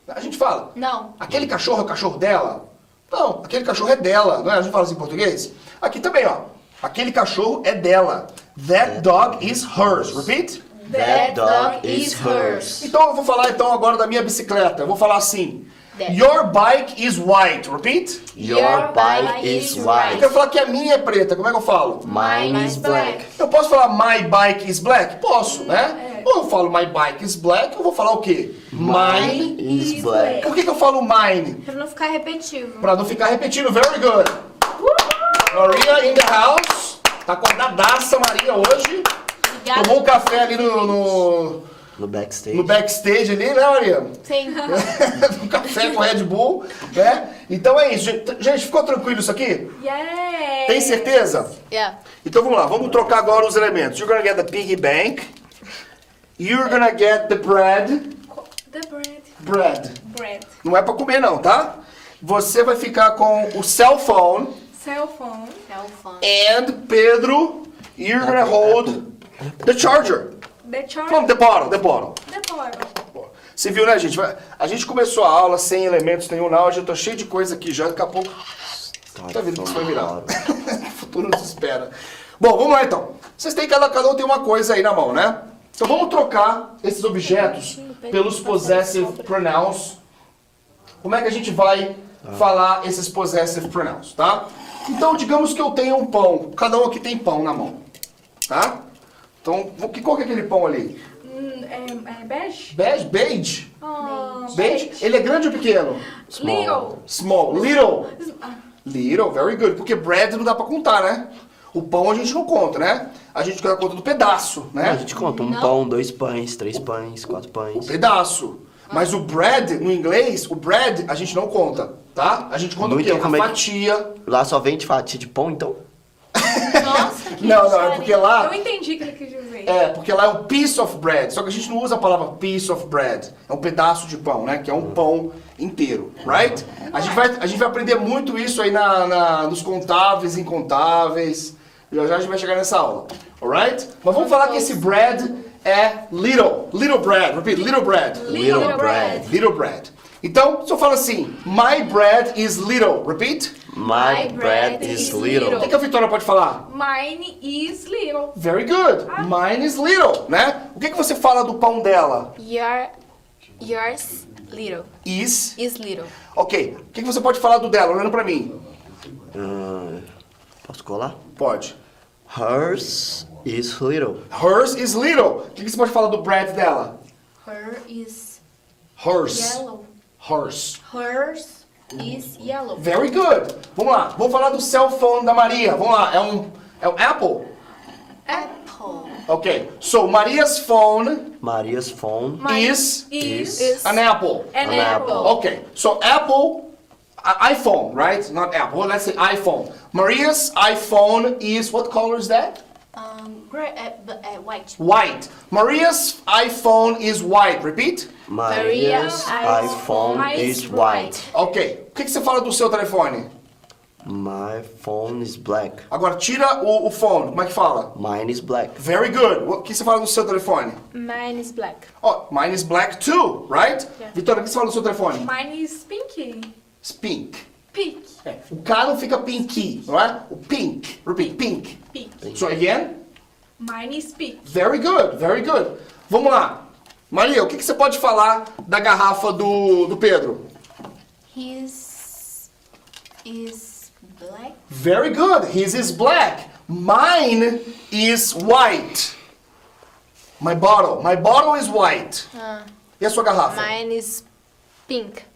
[SPEAKER 1] A gente fala.
[SPEAKER 2] Não.
[SPEAKER 1] Aquele cachorro é o cachorro dela? Não, aquele cachorro é dela, não é? A gente fala assim em português? Aqui também, ó. Aquele cachorro é dela. That dog is hers. Repeat.
[SPEAKER 3] That dog is hers.
[SPEAKER 1] Então eu vou falar então agora da minha bicicleta. Eu vou falar assim. Your bike is white. Repeat.
[SPEAKER 3] Your bike is
[SPEAKER 1] Eu
[SPEAKER 3] white.
[SPEAKER 1] quero falar que a minha é preta. Como é que eu falo?
[SPEAKER 3] Mine is black.
[SPEAKER 1] Eu posso falar my bike is black? Posso, né? Ou eu falo my bike is black, eu vou falar o quê? Mine.
[SPEAKER 3] Mine is black.
[SPEAKER 1] Por que, que eu falo mine?
[SPEAKER 2] Pra não ficar repetitivo.
[SPEAKER 1] Pra não ficar repetindo, very good. Maria in the house. Tá acordadaça, Maria, hoje.
[SPEAKER 2] Obrigada.
[SPEAKER 1] Tomou um café ali no, no,
[SPEAKER 3] No
[SPEAKER 1] no
[SPEAKER 3] backstage.
[SPEAKER 1] backstage ali, né, Maria?
[SPEAKER 2] Sim.
[SPEAKER 1] um café com Red Bull, né? Então é isso. gente. Gente, ficou tranquilo isso aqui?
[SPEAKER 4] Yeah.
[SPEAKER 1] Tem certeza?
[SPEAKER 5] Yeah.
[SPEAKER 1] Então vamos lá, vamos trocar agora os elementos. You're gonna get the piggy bank. You're gonna get the bread.
[SPEAKER 4] The bread.
[SPEAKER 1] Bread.
[SPEAKER 4] bread.
[SPEAKER 1] Não é pra comer não, tá? Você vai ficar com o cell phone
[SPEAKER 4] Cell phone.
[SPEAKER 2] É o fã.
[SPEAKER 1] and Pedro, you're gonna hold the charger.
[SPEAKER 4] The
[SPEAKER 1] From
[SPEAKER 4] charger.
[SPEAKER 1] the bottom, the bottom.
[SPEAKER 4] The bottle.
[SPEAKER 1] Você viu, né, gente? Vai- A gente começou a aula sem elementos nenhum na aula, já tô cheio de coisa aqui já, daqui a pouco Tá vendo que isso vai virar. o futuro nos espera. Bom, vamos lá então. Vocês têm cada, cada um tem uma coisa aí na mão, né? Então vamos trocar esses objetos pelos possessive pronouns. Como é que a gente vai falar esses possessive pronouns, tá? Então digamos que eu tenho um pão. Cada um aqui tem pão na mão, tá? Então, vou- que qual que é aquele pão ali?
[SPEAKER 4] Hum, é, é beige?
[SPEAKER 1] Beige? Beige?
[SPEAKER 4] Ah,
[SPEAKER 1] Beige? Ele é grande ou pequeno?
[SPEAKER 4] Little.
[SPEAKER 1] Small. Little.
[SPEAKER 4] Ah,
[SPEAKER 1] Little, very good. Porque bread não dá pra contar, né? O pão a gente não conta, né? A gente dá conta do pedaço,
[SPEAKER 3] Não, a
[SPEAKER 1] né?
[SPEAKER 3] gente conta um
[SPEAKER 2] Não.
[SPEAKER 3] pão, dois pães, três pães, quatro pães.
[SPEAKER 1] O pedaço. Mas o bread, no inglês, o bread a gente não conta, tá? A gente conta
[SPEAKER 3] Não
[SPEAKER 1] o quê?
[SPEAKER 3] entendo
[SPEAKER 1] A
[SPEAKER 3] como é que-
[SPEAKER 1] fatia.
[SPEAKER 3] Lá só vende fatia de pão, então?
[SPEAKER 2] Nossa, que
[SPEAKER 1] Não, não, é
[SPEAKER 2] diferente.
[SPEAKER 1] porque lá.
[SPEAKER 4] Eu entendi o que ele quis dizer.
[SPEAKER 1] É, porque lá é o piece of bread. Só que a gente não usa a palavra piece of bread. É um pedaço de pão, né? Que é um pão inteiro, right? A gente vai, a gente vai aprender muito isso aí na, na- nos contáveis, incontáveis. Já já a gente vai chegar nessa aula, alright? Mas vamos falar que esse bread é little. Little bread, repeat, little bread.
[SPEAKER 2] Little bread.
[SPEAKER 1] Little bread. Então, se eu falo assim, my bread is little, repeat.
[SPEAKER 3] My bread is little.
[SPEAKER 1] O que que a Vitória pode falar?
[SPEAKER 4] Mine is little.
[SPEAKER 1] Very good. Mine is little, né? O que, que você fala do pão dela?
[SPEAKER 5] Your, yours little
[SPEAKER 1] Is.
[SPEAKER 5] is little.
[SPEAKER 1] Ok. O que, que você pode falar do dela? Olhando pra mim.
[SPEAKER 3] Ah, posso colar?
[SPEAKER 1] Pode.
[SPEAKER 3] Hers is little.
[SPEAKER 1] Hers is little. O que, que você pode falar do bread dela?
[SPEAKER 2] Her is
[SPEAKER 1] Hers.
[SPEAKER 2] yellow.
[SPEAKER 1] Hers.
[SPEAKER 2] Hers is yellow.
[SPEAKER 1] Very good. Vamos lá. Vamos falar do cell phone da Maria. Vamos lá. É um, é um Apple.
[SPEAKER 2] Apple.
[SPEAKER 1] Ok. So, Maria's phone
[SPEAKER 3] Maria's phone.
[SPEAKER 1] is Ah,
[SPEAKER 4] Is,
[SPEAKER 3] Is.
[SPEAKER 1] an Apple.
[SPEAKER 4] an
[SPEAKER 3] An
[SPEAKER 4] apple.
[SPEAKER 1] Okay, so Apple, i- iPhone, right? Not Apple. Well, let's say iPhone. Maria's iPhone is what color is that?
[SPEAKER 2] Um, gray, uh, b- uh, white.
[SPEAKER 1] White. Maria's iPhone is white. Repeat.
[SPEAKER 3] Maria's
[SPEAKER 2] Maria's
[SPEAKER 3] iPhone
[SPEAKER 4] iPhone
[SPEAKER 3] is
[SPEAKER 4] is
[SPEAKER 3] white.
[SPEAKER 1] Ok. O que, que você fala do seu telefone?
[SPEAKER 3] My phone is black.
[SPEAKER 1] Agora tira o, o phone. Como é que fala?
[SPEAKER 3] Mine is black.
[SPEAKER 1] Very good. O que você fala do seu telefone?
[SPEAKER 5] Mine is black.
[SPEAKER 1] Oh, mine is black too, right?
[SPEAKER 5] Yeah.
[SPEAKER 1] Vitória, o que você fala do seu telefone?
[SPEAKER 4] Mine is pinky.
[SPEAKER 1] It's pink.
[SPEAKER 4] Pink.
[SPEAKER 1] É, O cara fica pinky, não é? O pink. Repeat, pink.
[SPEAKER 4] Pink.
[SPEAKER 1] So again?
[SPEAKER 4] Mine is pink.
[SPEAKER 1] Very good, very good. Vamos lá. Maria, o que, que você pode falar da garrafa do, do Pedro?
[SPEAKER 2] His is black.
[SPEAKER 1] Very good. His is black. Mine is white. My bottle. My bottle is white.
[SPEAKER 5] Ah,
[SPEAKER 1] E a sua garrafa?
[SPEAKER 5] mine is pink.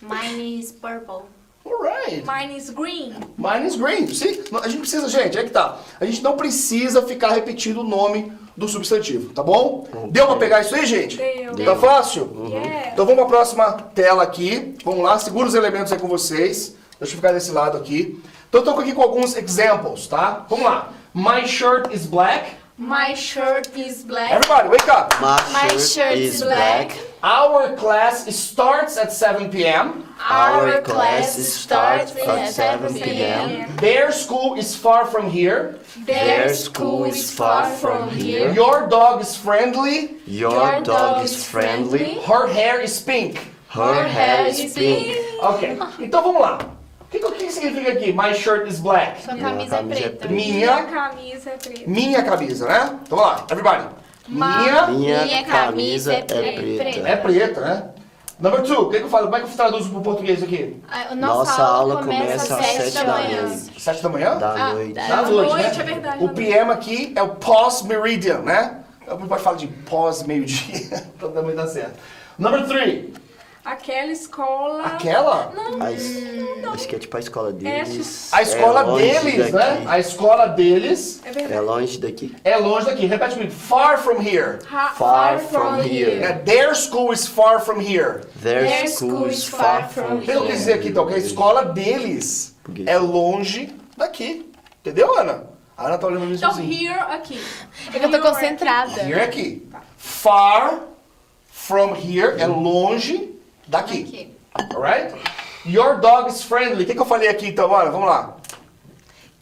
[SPEAKER 2] Mine is purple.
[SPEAKER 1] Alright.
[SPEAKER 4] Mine is green.
[SPEAKER 1] Mine is green. See? Não- A gente precisa, gente, é que tá. A gente não precisa ficar repetindo o nome do substantivo, tá bom? Deu pra pegar isso aí, gente?
[SPEAKER 4] Deu.
[SPEAKER 1] Tá fácil?
[SPEAKER 4] Yeah.
[SPEAKER 1] Então vamos para a próxima tela aqui. Vamos lá, segura os elementos aí com vocês. Deixa eu ficar desse lado aqui. Então eu tô aqui com alguns examples, tá? Vamos lá. My shirt is black.
[SPEAKER 2] My shirt is black.
[SPEAKER 1] Everybody, wake up.
[SPEAKER 3] My,
[SPEAKER 5] My
[SPEAKER 3] shirt, is black.
[SPEAKER 1] Our class starts at 7 p.m.
[SPEAKER 3] Our class starts at 7 p.m.
[SPEAKER 1] Their school is far from here.
[SPEAKER 3] Their school is far from here.
[SPEAKER 1] Your dog is friendly.
[SPEAKER 3] Your dog is friendly.
[SPEAKER 1] Her hair is pink.
[SPEAKER 3] Her hair is pink.
[SPEAKER 1] Ok. Então vamos lá. O que, o que significa aqui? My shirt is black.
[SPEAKER 2] Sua camisa
[SPEAKER 3] camisa
[SPEAKER 2] é
[SPEAKER 3] é
[SPEAKER 2] preta.
[SPEAKER 3] preta.
[SPEAKER 1] Minha,
[SPEAKER 4] camisa é preta.
[SPEAKER 1] minha camisa, né? Então vamos lá, everybody.
[SPEAKER 5] Ah,
[SPEAKER 1] Minha
[SPEAKER 3] Minha
[SPEAKER 2] Minha
[SPEAKER 3] camisa
[SPEAKER 2] camisa
[SPEAKER 3] é
[SPEAKER 2] é
[SPEAKER 3] preta.
[SPEAKER 2] preta.
[SPEAKER 1] É preta, né? Number two, o que, que eu falo? Como é que eu traduzo pro português aqui?
[SPEAKER 2] A
[SPEAKER 3] Nossa aula começa às 7 da manhã.
[SPEAKER 1] Sete da manhã?
[SPEAKER 3] Da
[SPEAKER 5] Ah,
[SPEAKER 3] noite.
[SPEAKER 5] da-
[SPEAKER 1] Da noite,
[SPEAKER 4] noite,
[SPEAKER 1] né?
[SPEAKER 4] é verdade,
[SPEAKER 1] O
[SPEAKER 4] da
[SPEAKER 1] PM aqui é o pós-meridian, né? Eu não pode falar de pós-meio-dia, então também dá certo. Number three,
[SPEAKER 4] Aquela escola.
[SPEAKER 1] aquela?
[SPEAKER 4] Não,
[SPEAKER 3] A es- Acho que é tipo a escola deles.
[SPEAKER 1] A escola
[SPEAKER 3] É longe
[SPEAKER 1] deles, né?
[SPEAKER 3] daqui.
[SPEAKER 1] A escola deles
[SPEAKER 4] é verdade.
[SPEAKER 3] É longe daqui.
[SPEAKER 1] é longe daqui. Repete comigo, far from here.
[SPEAKER 4] Ha-
[SPEAKER 3] Far from here.
[SPEAKER 1] É, Their school is far from here.
[SPEAKER 3] Their school is far
[SPEAKER 1] Pelo
[SPEAKER 3] from
[SPEAKER 1] que eu quis dizer
[SPEAKER 3] here.
[SPEAKER 1] aqui, então, que a escola deles
[SPEAKER 3] Português.
[SPEAKER 1] é longe daqui. Entendeu, Ana? A Ana tá olhando mesmo
[SPEAKER 4] Então,
[SPEAKER 1] assim.
[SPEAKER 4] here Tá. aqui.
[SPEAKER 5] É que eu tô concentrada.
[SPEAKER 1] Here é aqui. Far from here é longe daqui.
[SPEAKER 2] Aqui.
[SPEAKER 1] Alright? Your dog is friendly. O que, que eu falei aqui então, mano? Vamos lá.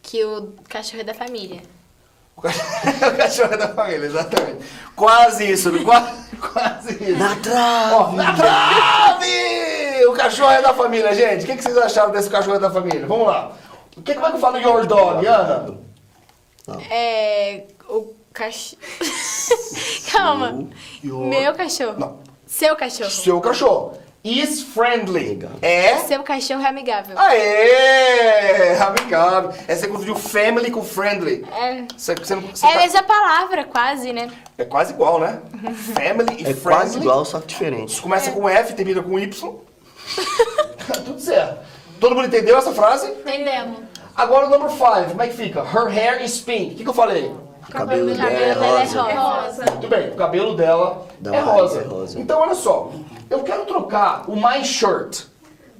[SPEAKER 5] Que o cachorro é da família.
[SPEAKER 1] O cachorro o cachorro é da família, exatamente. Quase isso, viu? quase, quase isso.
[SPEAKER 3] Na trave!
[SPEAKER 1] Ó, na trave! O cachorro é da família, gente. O que, que vocês acharam desse cachorro é da família? Vamos lá. O que, como é que eu falo your dog, Ana?
[SPEAKER 5] É. O cachorro. Calma.
[SPEAKER 1] your-
[SPEAKER 5] Meu cachorro.
[SPEAKER 1] Não.
[SPEAKER 5] Seu cachorro.
[SPEAKER 1] Seu cachorro. Is friendly. É
[SPEAKER 5] Seu cachorro é amigável.
[SPEAKER 1] Aê! Amigável. É você confundiu family com friendly.
[SPEAKER 3] Ah.
[SPEAKER 5] É.
[SPEAKER 1] Você, você não, você
[SPEAKER 5] É
[SPEAKER 1] tá-
[SPEAKER 5] a mesma palavra, quase, né?
[SPEAKER 1] é quase igual, né? Family e
[SPEAKER 3] É
[SPEAKER 1] friendly.
[SPEAKER 3] quase igual, só que diferente.
[SPEAKER 1] Começa com F, termina com Y. Tudo certo. Todo mundo entendeu essa frase?
[SPEAKER 2] Entendemos.
[SPEAKER 1] Agora o number 5, como é que fica? Her hair is pink. O que, que eu falei?
[SPEAKER 3] O cabelo
[SPEAKER 4] dela
[SPEAKER 3] dela é rosa.
[SPEAKER 5] rosa.
[SPEAKER 4] rosa.
[SPEAKER 1] Muito bem, o cabelo dela
[SPEAKER 3] Da
[SPEAKER 1] é
[SPEAKER 3] Mari,
[SPEAKER 1] rosa.
[SPEAKER 3] é rosa.
[SPEAKER 1] Então olha só, eu quero trocar o my shirt.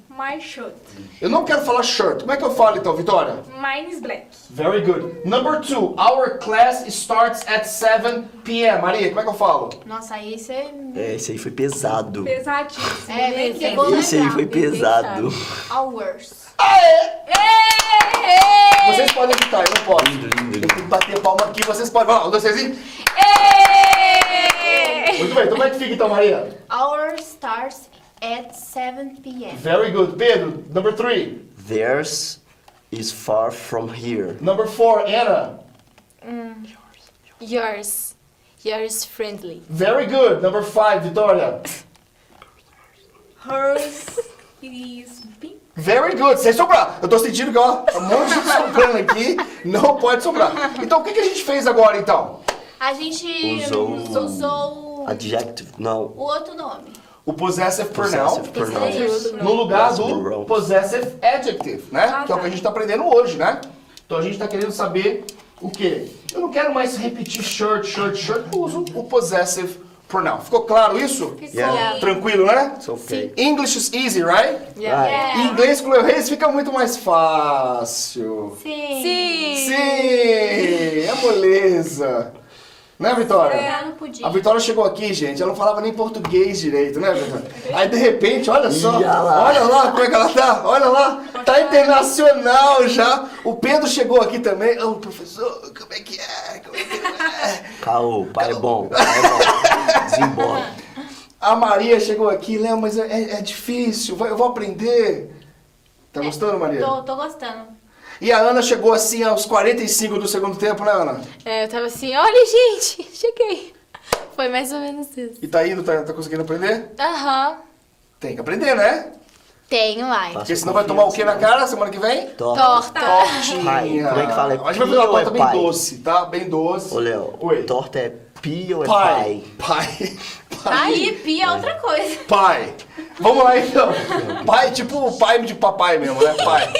[SPEAKER 4] My shirt.
[SPEAKER 1] Eu não quero falar shirt. Como é que eu falo então, Vitória?
[SPEAKER 4] Mine is black.
[SPEAKER 1] Very good. Number two, our class starts at 7 p.m. Maria, como é que eu falo?
[SPEAKER 2] Nossa, aí você.
[SPEAKER 3] É, esse aí foi pesado.
[SPEAKER 4] Pesadíssimo.
[SPEAKER 2] É,
[SPEAKER 4] nem
[SPEAKER 2] bem
[SPEAKER 4] sei.
[SPEAKER 2] que- Vou
[SPEAKER 3] Esse aí
[SPEAKER 2] lembrar,
[SPEAKER 3] foi
[SPEAKER 5] ninguém
[SPEAKER 3] pesado.
[SPEAKER 2] Hours.
[SPEAKER 1] Aê!
[SPEAKER 4] Ê!
[SPEAKER 1] Vocês podem gritar, eu não posso.
[SPEAKER 3] Lindo, lindo,
[SPEAKER 1] Eu tenho que bater palma aqui, vocês podem. Vamos lá, um, dois, três e...
[SPEAKER 4] Ê!
[SPEAKER 1] Muito bem, então como é que fica então, Maria?
[SPEAKER 2] Hour starts at 7 p.m.
[SPEAKER 1] Very good. Pedro, number three.
[SPEAKER 3] Theirs is far from here.
[SPEAKER 1] Number four, Anna.
[SPEAKER 5] Yours. Yours friendly.
[SPEAKER 1] Very good. Number five, Vitória.
[SPEAKER 4] Hers is pink.
[SPEAKER 1] Very good, sem sobrar. Eu tô sentindo que, ó, um monte de sobrando aqui, não pode sobrar. Então, o que, que a gente fez agora, então?
[SPEAKER 2] A gente
[SPEAKER 3] Usou-
[SPEAKER 2] usou o-
[SPEAKER 3] Adjective, não.
[SPEAKER 2] o outro nome.
[SPEAKER 1] O possessive pronoun
[SPEAKER 3] Possessive pronoun.
[SPEAKER 1] no lugar do
[SPEAKER 3] Possessive.
[SPEAKER 1] possessive adjective, né?
[SPEAKER 4] Ah,
[SPEAKER 1] que é o
[SPEAKER 4] tá.
[SPEAKER 1] que a gente tá aprendendo hoje, né? Então, a gente tá querendo saber o quê? Eu não quero mais repetir shirt, shirt, shirt. Eu uso o possessive pronoun. Ficou claro isso?
[SPEAKER 3] Yeah.
[SPEAKER 1] Tranquilo, né?
[SPEAKER 3] It's okay.
[SPEAKER 1] English is easy, right?
[SPEAKER 3] Right.
[SPEAKER 1] Em inglês com o Leo Reis fica muito mais fácil.
[SPEAKER 2] Sim.
[SPEAKER 5] Sim.
[SPEAKER 1] Sim, é moleza. Né, Vitória?
[SPEAKER 2] É, não podia.
[SPEAKER 1] A Vitória chegou aqui, gente, ela não falava nem português direito, né, Vitória? Aí, de repente, olha só,
[SPEAKER 3] Ih, olha lá.
[SPEAKER 1] olha lá como é que ela tá, olha lá, tá internacional já. O Pedro chegou aqui também, ô, professor, como é que é, como é que é?
[SPEAKER 3] Caô, pai é bom, pai é bom. Desembola.
[SPEAKER 1] A Maria chegou aqui, Léo, mas é, é- é difícil, vai- eu vou aprender. Tá gostando, Maria?
[SPEAKER 2] Tô, tô gostando.
[SPEAKER 1] E a Ana chegou assim aos 45 do segundo tempo, né, Ana?
[SPEAKER 5] É, eu tava assim, olha, gente, cheguei. Foi mais ou menos isso.
[SPEAKER 1] E tá indo, tá, tá conseguindo aprender?
[SPEAKER 5] Aham.
[SPEAKER 1] Tem que aprender,
[SPEAKER 3] Tá
[SPEAKER 1] né?
[SPEAKER 5] Tenho um like.
[SPEAKER 1] Porque senão vai tomar o quê
[SPEAKER 3] né?
[SPEAKER 1] na cara semana que vem?
[SPEAKER 3] Tá. Torta.
[SPEAKER 5] Torta.
[SPEAKER 3] Pai, como é que fala?
[SPEAKER 1] A
[SPEAKER 3] É
[SPEAKER 1] gente vai fazer uma
[SPEAKER 3] pi ou é
[SPEAKER 1] torta bem
[SPEAKER 3] pai?
[SPEAKER 1] doce, tá? Bem doce.
[SPEAKER 3] Ô, Léo,
[SPEAKER 1] Oi.
[SPEAKER 3] torta é pi ou é
[SPEAKER 1] Pai.
[SPEAKER 3] pai?
[SPEAKER 1] Pai.
[SPEAKER 5] Tá
[SPEAKER 1] Pai.
[SPEAKER 2] Aí, pia é outra coisa.
[SPEAKER 1] Pai. Vamos lá, então. Pai, tipo o pai de papai mesmo, né? Pai.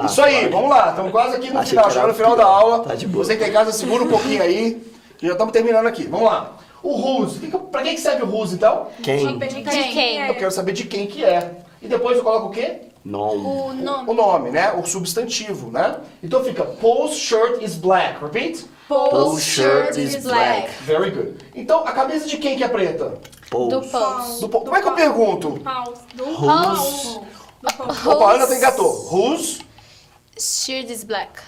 [SPEAKER 3] Ah,
[SPEAKER 1] Isso aí,
[SPEAKER 3] pai.
[SPEAKER 1] vamos lá. Estamos quase aqui no
[SPEAKER 3] Achei
[SPEAKER 1] final,
[SPEAKER 3] que era
[SPEAKER 1] chegando no final da
[SPEAKER 3] pior.
[SPEAKER 1] aula.
[SPEAKER 3] Tá de boa.
[SPEAKER 1] Você que tá em casa, segura um pouquinho aí. que já estamos terminando aqui. Vamos lá. O rules. Que que- Pra quem que serve o rules, então?
[SPEAKER 4] Uma
[SPEAKER 3] Quem?
[SPEAKER 4] pergunta É,
[SPEAKER 5] quem?
[SPEAKER 1] Eu quero saber de quem que é. E depois eu coloco o quê?
[SPEAKER 3] Não.
[SPEAKER 2] O nome.
[SPEAKER 1] O nome, né? O substantivo, né? Então fica Paul's shirt is black. Repeat.
[SPEAKER 3] Paul's shirt is black.
[SPEAKER 1] Very good. Então a camisa de quem que é preta?
[SPEAKER 5] Do
[SPEAKER 3] Paul's.
[SPEAKER 5] Paul.
[SPEAKER 1] Do Paul. Como é que eu pergunto?
[SPEAKER 4] Paus. Do
[SPEAKER 3] Whose?
[SPEAKER 4] paus. Do paus.
[SPEAKER 1] Opa, a Ana tem gato. Whose?
[SPEAKER 5] Shirt is black.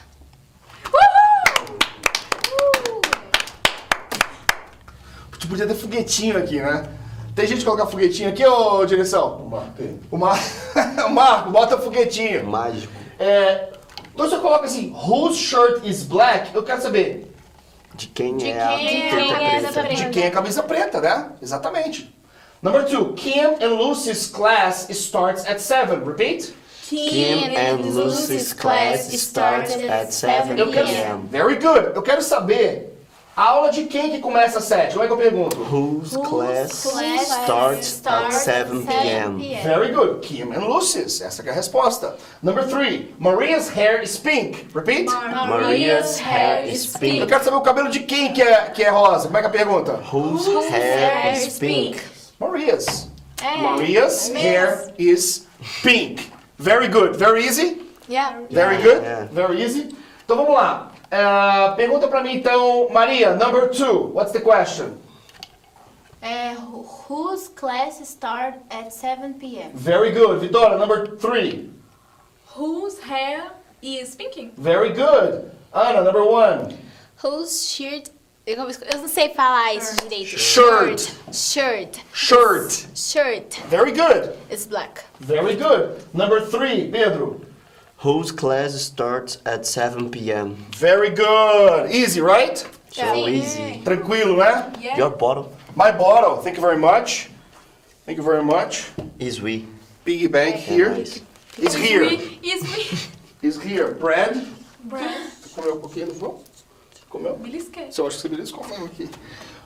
[SPEAKER 1] Tu podia ter foguetinho aqui, né? Tem gente que coloca foguetinho aqui, ô direção? O, Mar... o Marco, bota foguetinho.
[SPEAKER 3] Mágico.
[SPEAKER 1] É... Então se eu coloco assim, whose shirt is black, eu quero saber
[SPEAKER 3] De quem
[SPEAKER 2] De
[SPEAKER 3] é a
[SPEAKER 2] quem é
[SPEAKER 3] teta
[SPEAKER 2] a
[SPEAKER 3] preta?
[SPEAKER 2] preta?
[SPEAKER 1] De quem é a camisa preta, né? Exatamente. Number two, Kim and Lucy's class starts at 7. Repeat.
[SPEAKER 3] Kim and Lucy's class starts at 7
[SPEAKER 1] Eu quero...
[SPEAKER 3] p.m.
[SPEAKER 1] Very good. Eu quero saber a aula de quem que começa às 7. Como é que eu pergunto?
[SPEAKER 3] Whose class
[SPEAKER 2] class
[SPEAKER 3] starts at 7 p.m.
[SPEAKER 1] Very good. Kim and Lucy's. Essa que é a resposta. Number three, Maria's hair is pink. Repeat.
[SPEAKER 3] Maria's hair is
[SPEAKER 1] Eu
[SPEAKER 3] pink.
[SPEAKER 1] quero saber o cabelo de quem que é, que é rosa. Como é que é a pergunta?
[SPEAKER 3] Whose hair is pink?
[SPEAKER 1] Maria's.
[SPEAKER 2] É.
[SPEAKER 1] Maria's hair is pink. Very good. Very easy.
[SPEAKER 5] Yeah.
[SPEAKER 1] Very good,
[SPEAKER 3] Yeah.
[SPEAKER 1] very easy. Então vamos lá. É, Ah, pergunta pra mim então, Maria, number two, what's the question?
[SPEAKER 2] É, who- whose class start at 7 p.m.
[SPEAKER 1] Very good. Vitória, number three.
[SPEAKER 4] Whose hair is pinking?
[SPEAKER 1] Very good. Ana, number one.
[SPEAKER 5] Whose shirt. Eu não sei falar isso direito.
[SPEAKER 1] Shirt.
[SPEAKER 5] Shirt.
[SPEAKER 1] Shirt.
[SPEAKER 5] Shirt
[SPEAKER 1] Very good.
[SPEAKER 5] is black.
[SPEAKER 1] Very good. Number three, Pedro.
[SPEAKER 3] Whose class starts at 7 p.m.
[SPEAKER 1] Very good. Easy, right?
[SPEAKER 3] So
[SPEAKER 5] Yeah.
[SPEAKER 3] easy.
[SPEAKER 1] Tranquilo, né?
[SPEAKER 4] Yeah.
[SPEAKER 3] Your bottle
[SPEAKER 1] My bottle. Thank you very much. Thank you very much.
[SPEAKER 3] is we.
[SPEAKER 1] Piggy bank here.
[SPEAKER 3] Nice.
[SPEAKER 1] Is here.
[SPEAKER 4] We- Is we.
[SPEAKER 1] Is here. Bread.
[SPEAKER 4] Brand.
[SPEAKER 1] Comeu um pouquinho, não vou? Comeu?
[SPEAKER 4] Belisquei.
[SPEAKER 1] Só acho que você me desculpa não, aqui.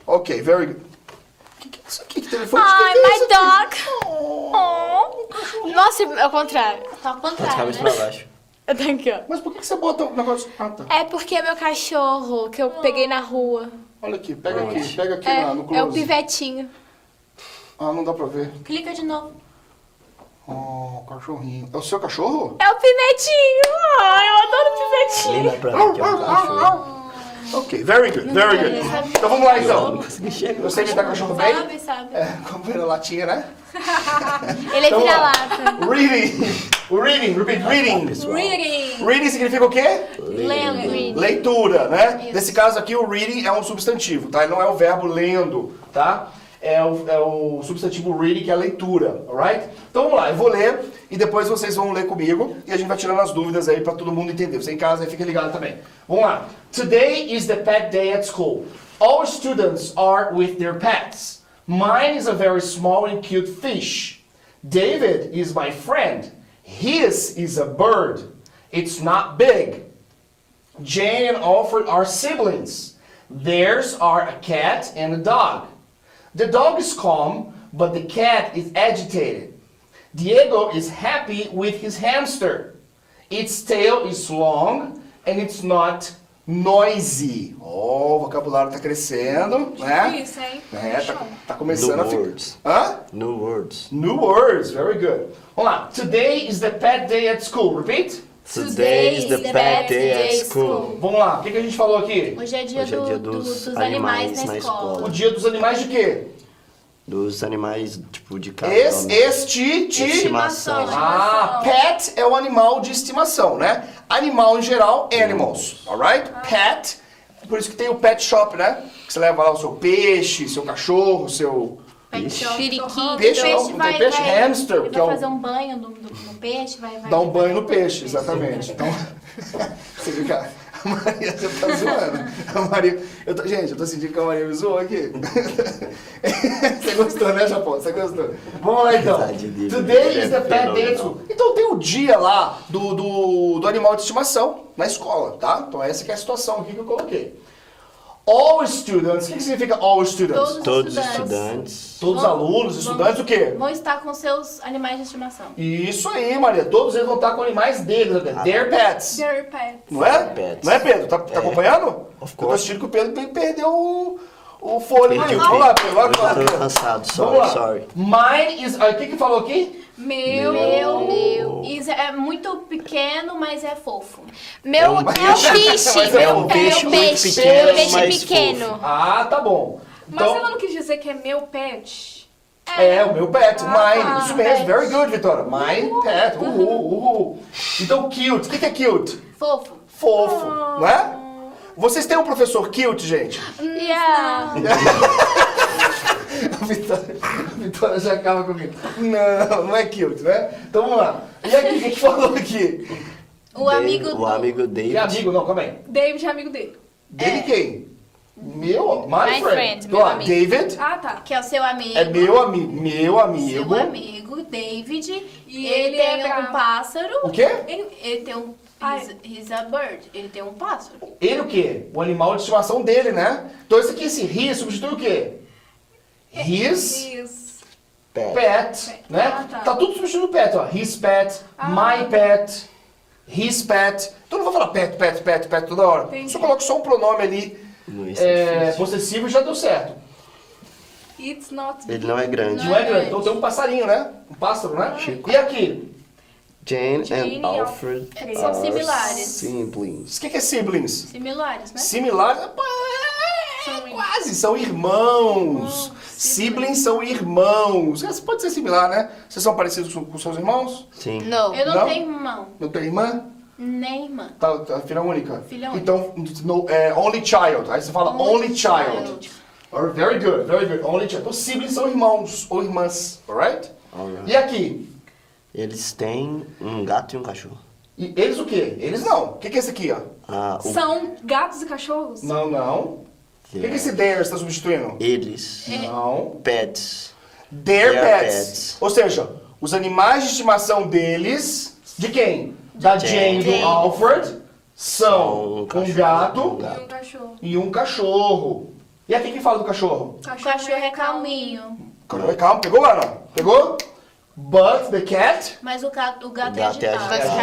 [SPEAKER 1] Ok, very good. O que, que é isso aqui? Que telefone?
[SPEAKER 5] Ai,
[SPEAKER 1] que que é
[SPEAKER 5] my
[SPEAKER 1] isso
[SPEAKER 5] dog.
[SPEAKER 1] aqui?
[SPEAKER 5] Oh. Nossa, é o contrário. Tá ao
[SPEAKER 3] Bota a cabeça
[SPEAKER 5] contrário,
[SPEAKER 3] pra
[SPEAKER 5] né?
[SPEAKER 3] baixo.
[SPEAKER 5] Eu tenho aqui, ó.
[SPEAKER 1] Mas por que, que você bota o negócio? Ah, tá.
[SPEAKER 5] É porque é meu cachorro que eu peguei na rua.
[SPEAKER 1] Olha aqui, pega
[SPEAKER 3] Pronto.
[SPEAKER 1] aqui, pega aqui
[SPEAKER 5] É,
[SPEAKER 1] na- no close.
[SPEAKER 5] é o pivetinho.
[SPEAKER 1] Ah, não dá pra ver.
[SPEAKER 2] Clica de novo.
[SPEAKER 1] Oh, cachorrinho. É o seu cachorro?
[SPEAKER 5] É o pivetinho! Ai, eu adoro pivetinho.
[SPEAKER 3] Lembra pra lá que é um cachorro.
[SPEAKER 1] Ok, very good, very good. Então vamos lá então.
[SPEAKER 3] Consegui chegar.
[SPEAKER 1] Você que tá cachorro bem?
[SPEAKER 2] Sabe, sabe?
[SPEAKER 1] É, comprei latinha, né?
[SPEAKER 5] Ele é
[SPEAKER 1] Então, ó.
[SPEAKER 5] vira-lata.
[SPEAKER 1] Reading, reading, repeat, reading.
[SPEAKER 4] Reading.
[SPEAKER 1] Reading significa o quê?
[SPEAKER 5] Lembro.
[SPEAKER 1] Leitura, né? Nesse caso aqui, o reading é um substantivo, tá? Ele não é o verbo lendo, tá? É o, é o substantivo reading, que é a leitura, alright? Então vamos lá, eu vou ler e depois vocês vão ler comigo e a gente vai tirando as dúvidas aí pra todo mundo entender. Você em casa aí fica ligado também. Vamos lá. Today is the pet day at school. All students are with their pets. Mine is a very small and cute fish. David is my friend. His is a bird. It's not big. Jane and Alfred are siblings. Theirs are a cat and a dog. The dog is calm, but the cat is agitated. Diego is happy with his hamster. Its tail is long and it's not noisy. Oh, o vocabulário tá crescendo, né?
[SPEAKER 4] Isso, hein?
[SPEAKER 1] É, tá, tá começando a ficar.
[SPEAKER 3] words.
[SPEAKER 1] Hã?
[SPEAKER 3] New words.
[SPEAKER 1] New words, very good. Vamos lá. Today is the pet day at school. Repeat.
[SPEAKER 3] Today is the bad day at school.
[SPEAKER 1] Vamos lá. O que, que a gente falou aqui?
[SPEAKER 2] Hoje é dia,
[SPEAKER 3] Hoje é
[SPEAKER 2] do-
[SPEAKER 3] dia
[SPEAKER 2] do-
[SPEAKER 3] dos
[SPEAKER 2] dos,
[SPEAKER 3] animais
[SPEAKER 2] animais, na
[SPEAKER 3] na
[SPEAKER 1] O
[SPEAKER 2] escola.
[SPEAKER 3] escola.
[SPEAKER 1] dia dos animais de quê?
[SPEAKER 3] Dos animais, tipo, de casa.
[SPEAKER 1] Es,
[SPEAKER 3] homem.
[SPEAKER 1] este, ti.
[SPEAKER 3] Estimação. né?
[SPEAKER 1] Ah, pet é o animal de estimação, né? Animal em geral, é animals, alright? Pet, por isso que tem o pet shop, né? Que você leva lá o seu peixe, seu cachorro, seu...
[SPEAKER 2] Pet shop,
[SPEAKER 5] Periquito.
[SPEAKER 2] torrando.
[SPEAKER 1] Peixe
[SPEAKER 2] O
[SPEAKER 1] não, não tem peixe, hamster,
[SPEAKER 2] Ele
[SPEAKER 1] que é o-
[SPEAKER 2] vai fazer um banho no, no- no peixe, vai, vai...
[SPEAKER 1] Dá um banho no peixe, exatamente. Então, você fica... A Maria, você tá zoando. A Maria... Eu tô... Gente, eu tô sentindo que a Maria me zoou aqui. você gostou, né, Japão? Você gostou? Vamos lá, então.
[SPEAKER 3] Tadinho dele.
[SPEAKER 1] Today is the
[SPEAKER 3] Ele é
[SPEAKER 1] pet day at
[SPEAKER 3] fenomenal.
[SPEAKER 1] school. Então tem o dia lá do, do, do animal de estimação na escola, tá? Então essa que é a situação aqui que eu coloquei. All students, o que que significa all students?
[SPEAKER 2] Todos.
[SPEAKER 3] Todos os
[SPEAKER 2] Estudantes.
[SPEAKER 3] estudantes.
[SPEAKER 1] Todos os alunos, estudantes, o quê?
[SPEAKER 2] Vão estar com seus animais de estimação.
[SPEAKER 1] Isso aí, Maria. Todos eles vão estar com animais deles, né?
[SPEAKER 3] Ah,
[SPEAKER 1] their
[SPEAKER 3] tá.
[SPEAKER 1] pets.
[SPEAKER 4] Their pets.
[SPEAKER 1] Não é?
[SPEAKER 3] Pets.
[SPEAKER 1] Não é, Pedro? Tá, tá
[SPEAKER 3] É.
[SPEAKER 1] acompanhando?
[SPEAKER 3] Of course.
[SPEAKER 1] Eu tô assistindo que o Pedro pe- perdeu o, o fôlego aí.
[SPEAKER 3] Perdi o
[SPEAKER 1] Vamos lá,
[SPEAKER 3] fio.
[SPEAKER 1] Pedro. Vai lá,
[SPEAKER 3] Eu tô
[SPEAKER 1] Pedro.
[SPEAKER 3] cansado,
[SPEAKER 1] Vamos lá.
[SPEAKER 3] sorry, sorry.
[SPEAKER 1] Mine is... ah, O que que falou aqui?
[SPEAKER 4] Meu.
[SPEAKER 2] Meu, meu. Isso é muito pequeno, mas é fofo.
[SPEAKER 3] É
[SPEAKER 5] Meu,
[SPEAKER 3] um
[SPEAKER 5] meu peixe.
[SPEAKER 1] Mas
[SPEAKER 5] Meu,
[SPEAKER 1] é um
[SPEAKER 5] meu
[SPEAKER 1] peixe
[SPEAKER 5] peixe.
[SPEAKER 1] muito pequeno,
[SPEAKER 5] Meu
[SPEAKER 3] mas
[SPEAKER 5] peixe pequeno.
[SPEAKER 1] Ah, tá bom.
[SPEAKER 4] Mas
[SPEAKER 3] Então-
[SPEAKER 4] ela não quis dizer que é meu pet?
[SPEAKER 1] É, o meu pet,
[SPEAKER 4] Ah,
[SPEAKER 1] mine. Isso mesmo,
[SPEAKER 4] pet. Uhum.
[SPEAKER 1] very good, Vitória. Mine, pet, uhul, uhul. Então, cute. O que que é cute?
[SPEAKER 2] Fofo.
[SPEAKER 1] Fofo, não é? Vocês têm um professor cute, gente?
[SPEAKER 5] Yeah.
[SPEAKER 1] A Vitória, a Vitória já acaba comigo. Não, não é cute, né? Então vamos lá. E aqui, o que que falou aqui?
[SPEAKER 2] O amigo
[SPEAKER 3] O
[SPEAKER 2] do...
[SPEAKER 3] amigo
[SPEAKER 1] Que
[SPEAKER 3] David.
[SPEAKER 1] amigo, não, calma aí.
[SPEAKER 4] David é amigo dele.
[SPEAKER 1] Dele quem? Meu, my,
[SPEAKER 5] My
[SPEAKER 1] friend.
[SPEAKER 5] friend,
[SPEAKER 1] Então,
[SPEAKER 5] meu
[SPEAKER 1] ó,
[SPEAKER 5] amigo.
[SPEAKER 1] David
[SPEAKER 4] Ah, tá.
[SPEAKER 2] Que é o seu amigo.
[SPEAKER 1] é meu amigo, meu amigo.
[SPEAKER 2] Seu amigo, David. E
[SPEAKER 4] ele
[SPEAKER 2] ele,
[SPEAKER 4] é
[SPEAKER 2] tem
[SPEAKER 4] bravo.
[SPEAKER 2] um pássaro.
[SPEAKER 1] O quê? Ah,
[SPEAKER 2] Ele, ele tem um...
[SPEAKER 4] Ai.
[SPEAKER 2] He's, he's a bird. Ele tem um pássaro.
[SPEAKER 1] Ele o quê? O animal de estimação dele, né? Então esse aqui, esse he substitui o quê? His
[SPEAKER 4] Is.
[SPEAKER 3] Pet.
[SPEAKER 1] pet, né?
[SPEAKER 4] Ah, tá. Ah.
[SPEAKER 1] Tá tudo substituindo pet, ó. His pet, my pet, his pet. Então eu não vou falar pet, pet, pet, pet toda hora.
[SPEAKER 4] Entendi.
[SPEAKER 1] Só coloco só um pronome ali
[SPEAKER 3] Não, isso é
[SPEAKER 1] é,
[SPEAKER 3] difícil.
[SPEAKER 1] possessivo e já deu certo.
[SPEAKER 4] It's not.
[SPEAKER 3] Ele não é grande.
[SPEAKER 1] Não é grande. Então tem um passarinho, né? Um pássaro, né? E aqui?
[SPEAKER 3] Jane,
[SPEAKER 4] Jane
[SPEAKER 3] and
[SPEAKER 4] e
[SPEAKER 3] Alfred
[SPEAKER 4] Alfred.
[SPEAKER 2] São
[SPEAKER 3] are
[SPEAKER 2] similares.
[SPEAKER 3] siblings.
[SPEAKER 1] O que que é siblings?
[SPEAKER 2] Similares, né?
[SPEAKER 1] Similares.
[SPEAKER 4] Né? São em-
[SPEAKER 1] Quase, são irmãos. Siblings são irmãos. Essa pode ser similar, né? Vocês são parecidos com, com seus irmãos?
[SPEAKER 3] Sim.
[SPEAKER 5] No.
[SPEAKER 2] Eu não,
[SPEAKER 1] Não?
[SPEAKER 2] tenho irmão,
[SPEAKER 1] Não tem irmã?
[SPEAKER 2] nem irmã.
[SPEAKER 1] Tá, tá filha única?
[SPEAKER 2] Filha única.
[SPEAKER 1] Então, no, é, only child. Aí você fala only, child. Or very good, very good. Only child. Então, siblings são irmãos ou irmãs, alright?
[SPEAKER 3] Alright.
[SPEAKER 1] E aqui?
[SPEAKER 3] Eles têm um gato e um cachorro.
[SPEAKER 1] E eles o quê? Eles não. O que, que é esse aqui, ó?
[SPEAKER 3] Ah, o...
[SPEAKER 4] São gatos e cachorros?
[SPEAKER 1] Não, não. O que, é? que esse there está substituindo?
[SPEAKER 3] Eles.
[SPEAKER 1] Não.
[SPEAKER 3] Pets.
[SPEAKER 1] Their,
[SPEAKER 3] Their
[SPEAKER 1] pets.
[SPEAKER 3] pets.
[SPEAKER 1] Ou seja, os animais de estimação deles, de quem? Da Jane,
[SPEAKER 3] Jane.
[SPEAKER 1] e do Alfred, são
[SPEAKER 3] Um
[SPEAKER 1] um,
[SPEAKER 3] cachorro.
[SPEAKER 1] gato
[SPEAKER 4] E um cachorro.
[SPEAKER 1] e um cachorro. E aqui quem fala do cachorro?
[SPEAKER 2] O cachorro é calminho,
[SPEAKER 1] Calma, calma, pegou, Ana? Pegou? But the cat
[SPEAKER 2] mas o gato, o gato,
[SPEAKER 3] gato é
[SPEAKER 2] é
[SPEAKER 1] é
[SPEAKER 2] agitado.
[SPEAKER 3] agitado.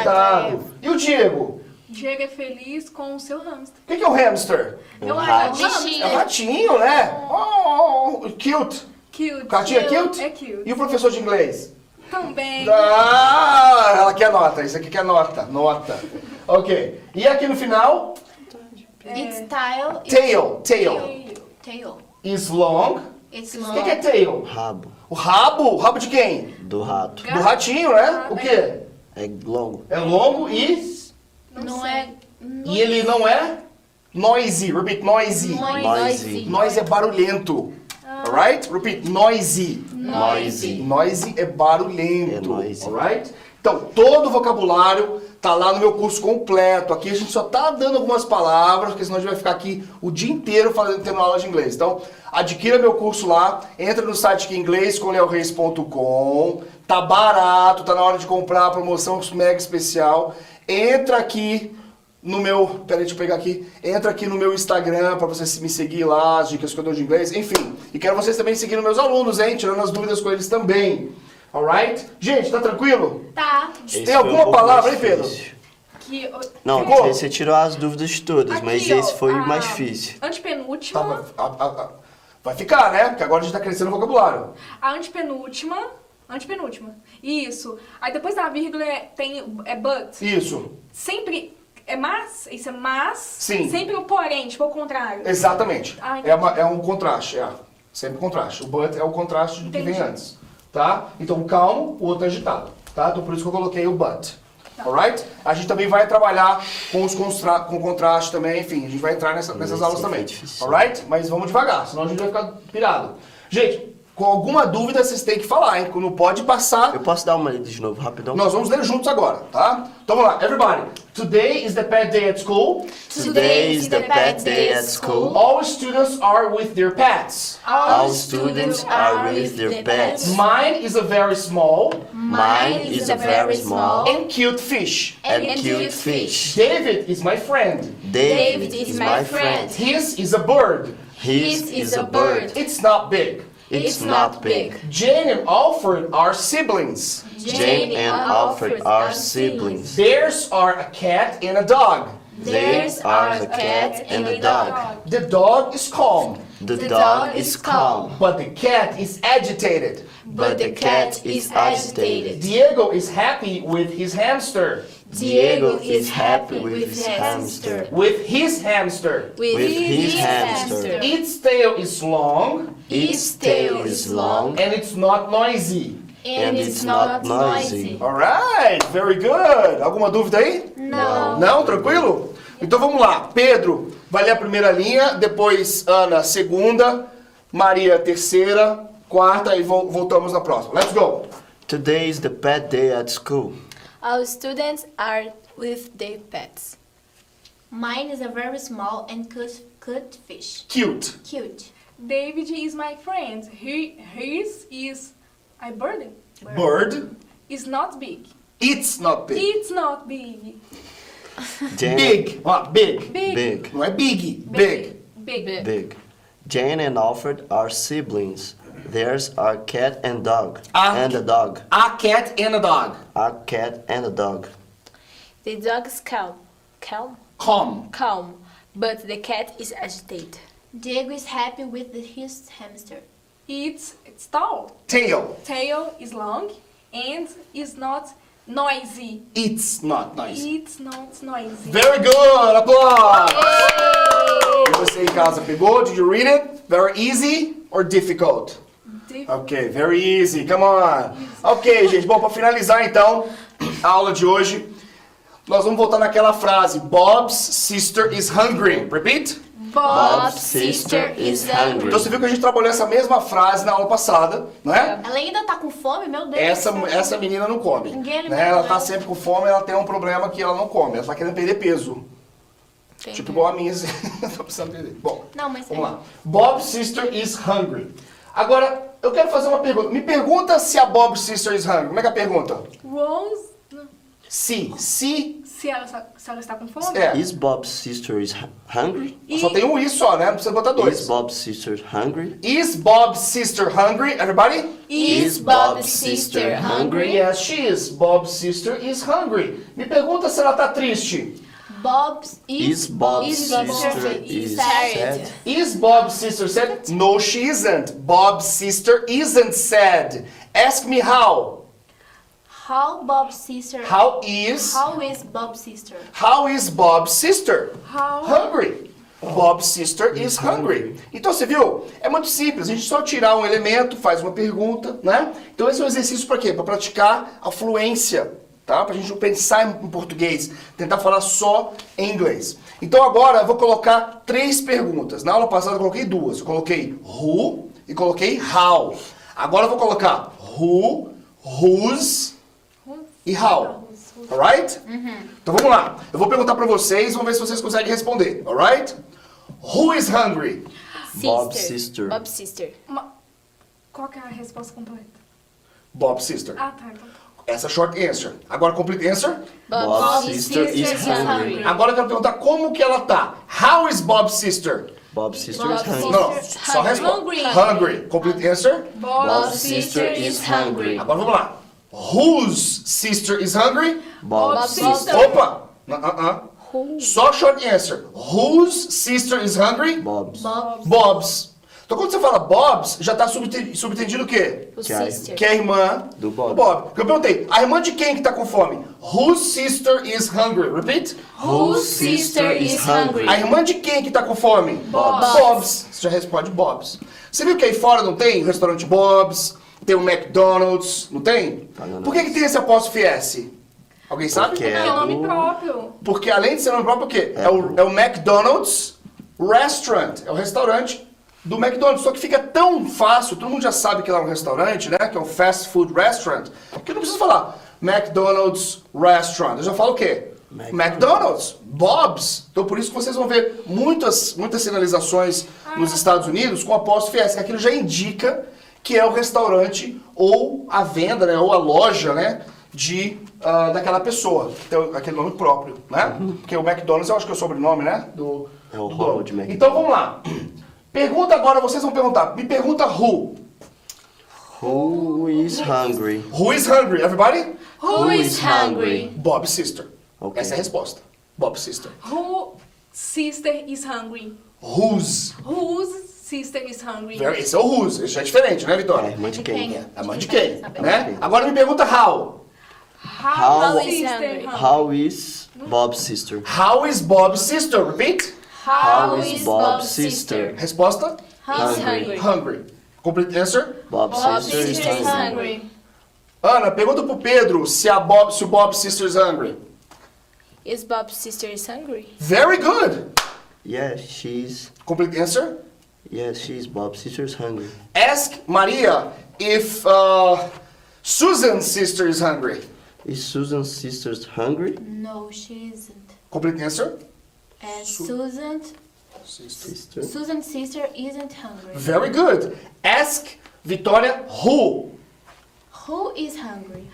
[SPEAKER 1] agitado. E o Diego?
[SPEAKER 4] Diego é feliz com o seu hamster.
[SPEAKER 1] O que que é o hamster?
[SPEAKER 4] Eu
[SPEAKER 3] Um
[SPEAKER 4] acho que é um
[SPEAKER 3] rato.
[SPEAKER 1] É
[SPEAKER 4] hamster.
[SPEAKER 1] um ratinho, né? Oh, cute.
[SPEAKER 4] Cute.
[SPEAKER 1] O ratinho é cute?
[SPEAKER 4] É cute.
[SPEAKER 1] E o professor de inglês?
[SPEAKER 4] Também.
[SPEAKER 1] Ah, ela quer nota, isso aqui quer nota, nota. Ok. E aqui no final,
[SPEAKER 2] It's tail.
[SPEAKER 1] tail, tail.
[SPEAKER 2] Tail.
[SPEAKER 1] Is long.
[SPEAKER 2] It's
[SPEAKER 1] O
[SPEAKER 2] long.
[SPEAKER 1] que, que é tail?
[SPEAKER 3] Rabo
[SPEAKER 1] O rabo, o rabo de quem?
[SPEAKER 3] do rato.
[SPEAKER 1] Do ratinho, né? O quê?
[SPEAKER 3] É longo.
[SPEAKER 1] É longo e...
[SPEAKER 2] Não, é.
[SPEAKER 1] E ele não é noisy, repeat, noisy.
[SPEAKER 3] Noisy.
[SPEAKER 1] Noise é barulhento, alright? Repeat, noisy.
[SPEAKER 3] Noisy.
[SPEAKER 1] Noise é barulhento,
[SPEAKER 3] É noise.
[SPEAKER 1] alright? Então, todo o vocabulário tá lá no meu curso completo. Aqui a gente só tá dando algumas palavras, porque senão a gente vai ficar aqui o dia inteiro fazendo, tendo aula de inglês. Então, adquira meu curso lá, entra no site aqui inglêscomleoreis.com. Tá barato, tá na hora de comprar, promoção mega especial. Entra aqui no meu, peraí, deixa eu pegar aqui. Entra aqui no meu Instagram pra você me seguir lá, as dicas que eu dou de inglês, enfim. E quero vocês também seguindo meus alunos, hein? Tirando as dúvidas com eles também. Alright? Gente, tá tranquilo?
[SPEAKER 2] Tá.
[SPEAKER 3] Esse
[SPEAKER 1] Tem
[SPEAKER 3] foi um
[SPEAKER 1] alguma
[SPEAKER 3] pouco
[SPEAKER 1] palavra, hein,
[SPEAKER 3] mais
[SPEAKER 1] Pedro?
[SPEAKER 3] difícil.
[SPEAKER 4] Que,
[SPEAKER 3] Não,
[SPEAKER 1] Ficou?
[SPEAKER 3] você tirou as dúvidas de todas,
[SPEAKER 4] Aqui,
[SPEAKER 3] mas
[SPEAKER 4] ó,
[SPEAKER 3] esse foi
[SPEAKER 4] a
[SPEAKER 3] o mais difícil.
[SPEAKER 1] Tá,
[SPEAKER 4] Antepenúltima.
[SPEAKER 1] vai, a- a- a- vai ficar, né? Porque agora a gente tá crescendo o vocabulário.
[SPEAKER 4] A antepenúltima. Antepenúltima. Isso. Aí depois da vírgula é- tem é but.
[SPEAKER 1] Isso,
[SPEAKER 4] Sempre é mas, isso é mas.
[SPEAKER 1] Sim.
[SPEAKER 4] Sempre o porém, tipo o contrário.
[SPEAKER 1] exatamente.
[SPEAKER 4] Ah, entendi.
[SPEAKER 1] É, uma- é um contraste, é. Sempre contraste. O but é o contraste do que vem
[SPEAKER 4] Entendi.
[SPEAKER 1] antes. Tá? Então, um calmo, o outro agitado. Tá? Então, por isso que eu coloquei o but.
[SPEAKER 4] Tá.
[SPEAKER 1] Alright? A gente também vai trabalhar com os constra- com contraste também, enfim, a gente vai entrar nessa- nessas
[SPEAKER 3] Isso
[SPEAKER 1] aulas
[SPEAKER 3] foi
[SPEAKER 1] também.
[SPEAKER 3] é difícil.
[SPEAKER 1] Alright? Mas vamos devagar, senão a gente vai ficar pirado. Gente, com alguma dúvida vocês têm que falar, hein? Não pode passar
[SPEAKER 3] Eu posso dar uma lida de novo, rapidão?
[SPEAKER 1] Nós vamos ler juntos agora, tá? Então vamos lá, everybody. Today is the pet day at school.
[SPEAKER 3] Today is the pet day at school.
[SPEAKER 1] All students are with their pets.
[SPEAKER 3] All students are with their pets.
[SPEAKER 1] Mine is a very small
[SPEAKER 3] Mine is a very small
[SPEAKER 1] and cute fish.
[SPEAKER 3] and cute fish.
[SPEAKER 1] David is my friend.
[SPEAKER 3] David is my friend.
[SPEAKER 1] His is a bird.
[SPEAKER 3] His is a bird.
[SPEAKER 1] It's not big.
[SPEAKER 3] It's not big.
[SPEAKER 1] Jane and Alfred are siblings.
[SPEAKER 3] Jane and Alfred are siblings.
[SPEAKER 1] Theirs are a cat and a dog.
[SPEAKER 3] Theirs are the cat and the dog.
[SPEAKER 1] The dog is calm,
[SPEAKER 3] The dog is calm,
[SPEAKER 1] but the cat is agitated.
[SPEAKER 3] but the cat is agitated.
[SPEAKER 1] Diego is happy with his hamster.
[SPEAKER 3] Diego is happy with his hamster.
[SPEAKER 1] With his hamster.
[SPEAKER 3] With his hamster.
[SPEAKER 1] Its tail is long
[SPEAKER 3] Its tail is long
[SPEAKER 1] and it's not noisy.
[SPEAKER 3] and it's not noisy.
[SPEAKER 1] Alright, very good. Alguma dúvida aí?
[SPEAKER 2] Não.
[SPEAKER 1] Não, tranquilo? Então vamos lá. Pedro vai ler a primeira linha, depois Ana a segunda, Maria a terceira, quarta e vol- voltamos na próxima. Let's go.
[SPEAKER 3] Today is the pet day at school.
[SPEAKER 5] All students are with their pets.
[SPEAKER 2] Mine is a very small and cut, cut fish.
[SPEAKER 1] Cute.
[SPEAKER 2] Cute.
[SPEAKER 4] David is my friend. He, his is a burden.
[SPEAKER 1] Bird.
[SPEAKER 4] Is not big.
[SPEAKER 1] It's not big.
[SPEAKER 4] It's not big.
[SPEAKER 3] Jane,
[SPEAKER 1] Big. Ó, big.
[SPEAKER 4] Big.
[SPEAKER 3] Big.
[SPEAKER 1] Não é big. Big.
[SPEAKER 4] Big.
[SPEAKER 3] Big. Jane and Alfred are siblings. Theirs are cat and dog.
[SPEAKER 1] Ah.
[SPEAKER 3] And a dog.
[SPEAKER 1] A cat and a dog.
[SPEAKER 3] A cat and a dog.
[SPEAKER 5] The dog is calm, calm,
[SPEAKER 1] Calm.
[SPEAKER 5] calm, but the cat is agitated.
[SPEAKER 2] Diego is happy with his hamster.
[SPEAKER 4] It's, it's tall.
[SPEAKER 1] Tail.
[SPEAKER 4] Tail is long and is not noisy.
[SPEAKER 1] It's not noisy.
[SPEAKER 4] It's not noisy.
[SPEAKER 1] Very good. Applause. E você em casa pegou? Did you read it? Very easy or difficult?
[SPEAKER 4] Dif-
[SPEAKER 1] Ok, very easy. Come on. Ok, gente. Bom, para finalizar então a aula de hoje, nós vamos voltar naquela frase: Bob's sister is hungry. Repeat.
[SPEAKER 5] Bob's sister is hungry.
[SPEAKER 1] Então você viu que a gente trabalhou essa mesma frase na aula passada, não é?
[SPEAKER 2] Ela ainda tá com fome, meu Deus.
[SPEAKER 1] Essa,
[SPEAKER 2] do céu.
[SPEAKER 1] essa menina não come.
[SPEAKER 2] Ninguém alimenta
[SPEAKER 1] né? Ela tá
[SPEAKER 2] ela.
[SPEAKER 1] sempre com fome, ela tem um problema que ela não come. Ela tá querendo perder peso.
[SPEAKER 5] Entendi.
[SPEAKER 1] Tipo igual a minha. assim, tá precisando perder. Bom,
[SPEAKER 2] Não, mas
[SPEAKER 1] vamos
[SPEAKER 2] é.
[SPEAKER 1] lá. Bob's sister is hungry. Agora, eu quero fazer uma pergunta. Me pergunta se a Bob's sister is hungry. Como é que é a pergunta?
[SPEAKER 4] Rose. não.
[SPEAKER 1] Se, se...
[SPEAKER 4] Se ela, está- se ela está com fome?
[SPEAKER 1] É.
[SPEAKER 3] Is Bob's sister is hu- hungry?
[SPEAKER 1] Só tem um is só, né? Não precisa botar
[SPEAKER 3] Is
[SPEAKER 1] dois.
[SPEAKER 3] Bob's sister hungry?
[SPEAKER 1] Is Bob's sister hungry? Everybody?
[SPEAKER 5] Is Bob's sister hungry?
[SPEAKER 1] Yes, she is. Bob's sister is hungry. Me pergunta se ela tá triste.
[SPEAKER 2] Bob's
[SPEAKER 3] Is Bob's
[SPEAKER 2] is
[SPEAKER 3] sister is sad?
[SPEAKER 1] Is Bob's sister sad? No, she isn't. Bob's sister isn't sad. Ask me how.
[SPEAKER 2] How Bob's sister?
[SPEAKER 1] How is
[SPEAKER 2] How is Bob's sister?
[SPEAKER 1] how is Bob's sister?
[SPEAKER 4] How-
[SPEAKER 1] Hungry. Bob's sister is hungry. Então você viu? É muito simples. A gente só tirar um elemento, faz uma pergunta, né? Então esse é um exercício para quê? Para praticar a fluência, tá? Para a gente não pensar em português, tentar falar só em inglês. Então agora eu vou colocar três perguntas. Na aula passada eu coloquei duas. Eu coloquei who e coloquei how. Agora eu vou colocar who, whose e how. Alright? Então vamos lá. Eu vou perguntar pra vocês, vamos ver se vocês conseguem responder. Alright? Who is hungry?
[SPEAKER 3] Bob's sister.
[SPEAKER 5] Bob's sister.
[SPEAKER 4] Uma- Qual que é a resposta completa?
[SPEAKER 1] Bob's sister.
[SPEAKER 4] Ah, tá. Então.
[SPEAKER 1] Essa é a short answer. Agora complete answer.
[SPEAKER 3] Bob's sister is hungry.
[SPEAKER 1] Agora eu quero perguntar como que ela tá. How is Bob's sister?
[SPEAKER 3] Bob's sister
[SPEAKER 5] Bob's
[SPEAKER 3] is hungry.
[SPEAKER 1] Não, não. Só
[SPEAKER 5] Hungry.
[SPEAKER 1] responde.
[SPEAKER 5] Hungry.
[SPEAKER 1] Hungry. Complete answer.
[SPEAKER 4] Bob's
[SPEAKER 5] sister is hungry.
[SPEAKER 1] Agora vamos lá. Whose sister is hungry?
[SPEAKER 3] Bob's
[SPEAKER 5] Bob's
[SPEAKER 3] sister.
[SPEAKER 5] sister.
[SPEAKER 1] Opa! Uh -uh. Só short answer. Whose sister is hungry?
[SPEAKER 3] Bob's.
[SPEAKER 2] Bob.
[SPEAKER 1] Bob's. Então quando você fala Bob's, já tá subte- subtendido o quê?
[SPEAKER 5] O
[SPEAKER 3] Que é-
[SPEAKER 5] sister.
[SPEAKER 1] Que é a irmã
[SPEAKER 3] Do Bob.
[SPEAKER 1] Porque eu perguntei, a irmã de quem que tá com fome? Whose sister is hungry? Repeat.
[SPEAKER 5] Whose sister is hungry?
[SPEAKER 1] A irmã de quem que tá com fome?
[SPEAKER 5] Bob's.
[SPEAKER 1] Bob's. Você já responde Bob's. Você viu que aí fora não tem restaurante Bob's, tem o McDonald's, não tem?
[SPEAKER 3] McDonald's.
[SPEAKER 1] Por que, que tem esse apóstrofe S? Alguém sabe?
[SPEAKER 3] Tá, Porque é
[SPEAKER 4] É nome
[SPEAKER 3] do-
[SPEAKER 4] próprio.
[SPEAKER 1] Porque além de ser nome próprio, o quê? É, o, é o McDonald's Restaurant. É o restaurante do McDonald's. Só que fica tão fácil, todo mundo já sabe que lá é um restaurante, né? Que é um fast food restaurant. Que eu não preciso falar McDonald's Restaurant. Eu já falo o quê?
[SPEAKER 3] McDonald's.
[SPEAKER 1] McDonald's, Bob's. Então por isso que vocês vão ver muitas, muitas sinalizações
[SPEAKER 3] Ah.
[SPEAKER 1] nos Estados Unidos com apóstrofe S, que aquilo já indica que é o restaurante ou a venda, né, ou a loja, né, de ah, daquela pessoa, então, aquele nome próprio, né? Porque o McDonald's eu acho que é o sobrenome, né, do
[SPEAKER 3] Uhum. É o
[SPEAKER 1] do
[SPEAKER 3] Ronald
[SPEAKER 1] dono.
[SPEAKER 3] McDonald.
[SPEAKER 1] Então vamos lá. Pergunta agora, vocês vão perguntar. Me pergunta who.
[SPEAKER 3] Who is hungry?
[SPEAKER 1] Who is hungry? Everybody?
[SPEAKER 5] Who is hungry?
[SPEAKER 1] Bob's sister.
[SPEAKER 3] Ok.
[SPEAKER 1] Essa é a resposta. Bob's sister.
[SPEAKER 4] Who sister is hungry?
[SPEAKER 1] Whose?
[SPEAKER 4] Whose sister is hungry?
[SPEAKER 1] Very- Esse é o who's, esse já é diferente, né,
[SPEAKER 3] É a
[SPEAKER 1] Vitória?
[SPEAKER 3] irmã de quem?
[SPEAKER 2] Quem?
[SPEAKER 1] A mãe de quem,
[SPEAKER 2] Saber.
[SPEAKER 1] né? Agora me pergunta how.
[SPEAKER 4] How,
[SPEAKER 3] How-
[SPEAKER 4] sister hungry?
[SPEAKER 3] How is Bob's sister?
[SPEAKER 1] How is Bob's sister? Repeat.
[SPEAKER 3] How is Bob's sister?
[SPEAKER 1] Resposta?
[SPEAKER 5] How is
[SPEAKER 3] Hungry.
[SPEAKER 5] hungry?
[SPEAKER 1] Hungry. Complete answer.
[SPEAKER 3] Bob's sister is
[SPEAKER 5] sister is
[SPEAKER 3] hungry.
[SPEAKER 5] hungry.
[SPEAKER 1] Ana, pergunta pro Pedro se, a Bob, se o Bob's sister is hungry.
[SPEAKER 5] Is Bob's sister is hungry?
[SPEAKER 1] Very good.
[SPEAKER 3] Yes, she's.
[SPEAKER 1] Complete answer.
[SPEAKER 3] Yes, she's. Bob's sister is hungry.
[SPEAKER 1] Ask Maria if uh, Susan's sister is hungry.
[SPEAKER 3] Is Susan's sister hungry?
[SPEAKER 2] No, she isn't.
[SPEAKER 1] Complete answer.
[SPEAKER 2] And Susan,
[SPEAKER 3] Sister.
[SPEAKER 2] Susan's sister isn't hungry.
[SPEAKER 1] Very good. Ask Vitória who.
[SPEAKER 2] Who is hungry?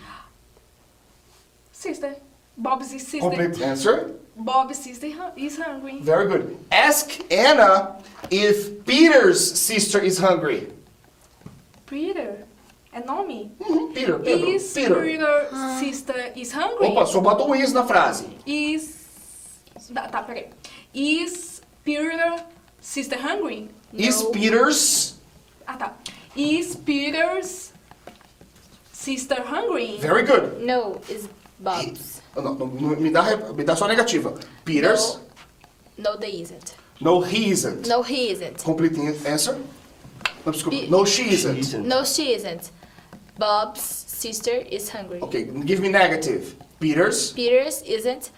[SPEAKER 4] Sister. Bob's sister.
[SPEAKER 1] Complete answer.
[SPEAKER 4] Bob's sister hu- is hungry.
[SPEAKER 1] Very good. Ask Anna if Peter's sister is hungry.
[SPEAKER 4] Peter. É nome?
[SPEAKER 1] Uhum, Peter, Pedro,
[SPEAKER 4] Is
[SPEAKER 1] Peter.
[SPEAKER 4] Peter's sister is hungry?
[SPEAKER 1] Opa, só bota um is na frase.
[SPEAKER 4] Is. Tá, tá, peraí. Is Peter sister hungry?
[SPEAKER 1] Is
[SPEAKER 4] No.
[SPEAKER 1] Peter's
[SPEAKER 4] Ah, tá. Is Peter's sister hungry?
[SPEAKER 1] very good?
[SPEAKER 5] No, is Bob's.
[SPEAKER 1] Não, não, não, me, dá, re- me dá só negativa. Peter's
[SPEAKER 5] No, no, they isn't.
[SPEAKER 1] No, he isn't.
[SPEAKER 5] No, he isn't.
[SPEAKER 1] Complete answer? Não, desculpa.
[SPEAKER 5] He-
[SPEAKER 1] No, she isn't.
[SPEAKER 3] She isn't.
[SPEAKER 5] No, she isn't. Bob's sister is hungry.
[SPEAKER 1] Okay, give me negative. Peters.
[SPEAKER 5] Peter's isn't.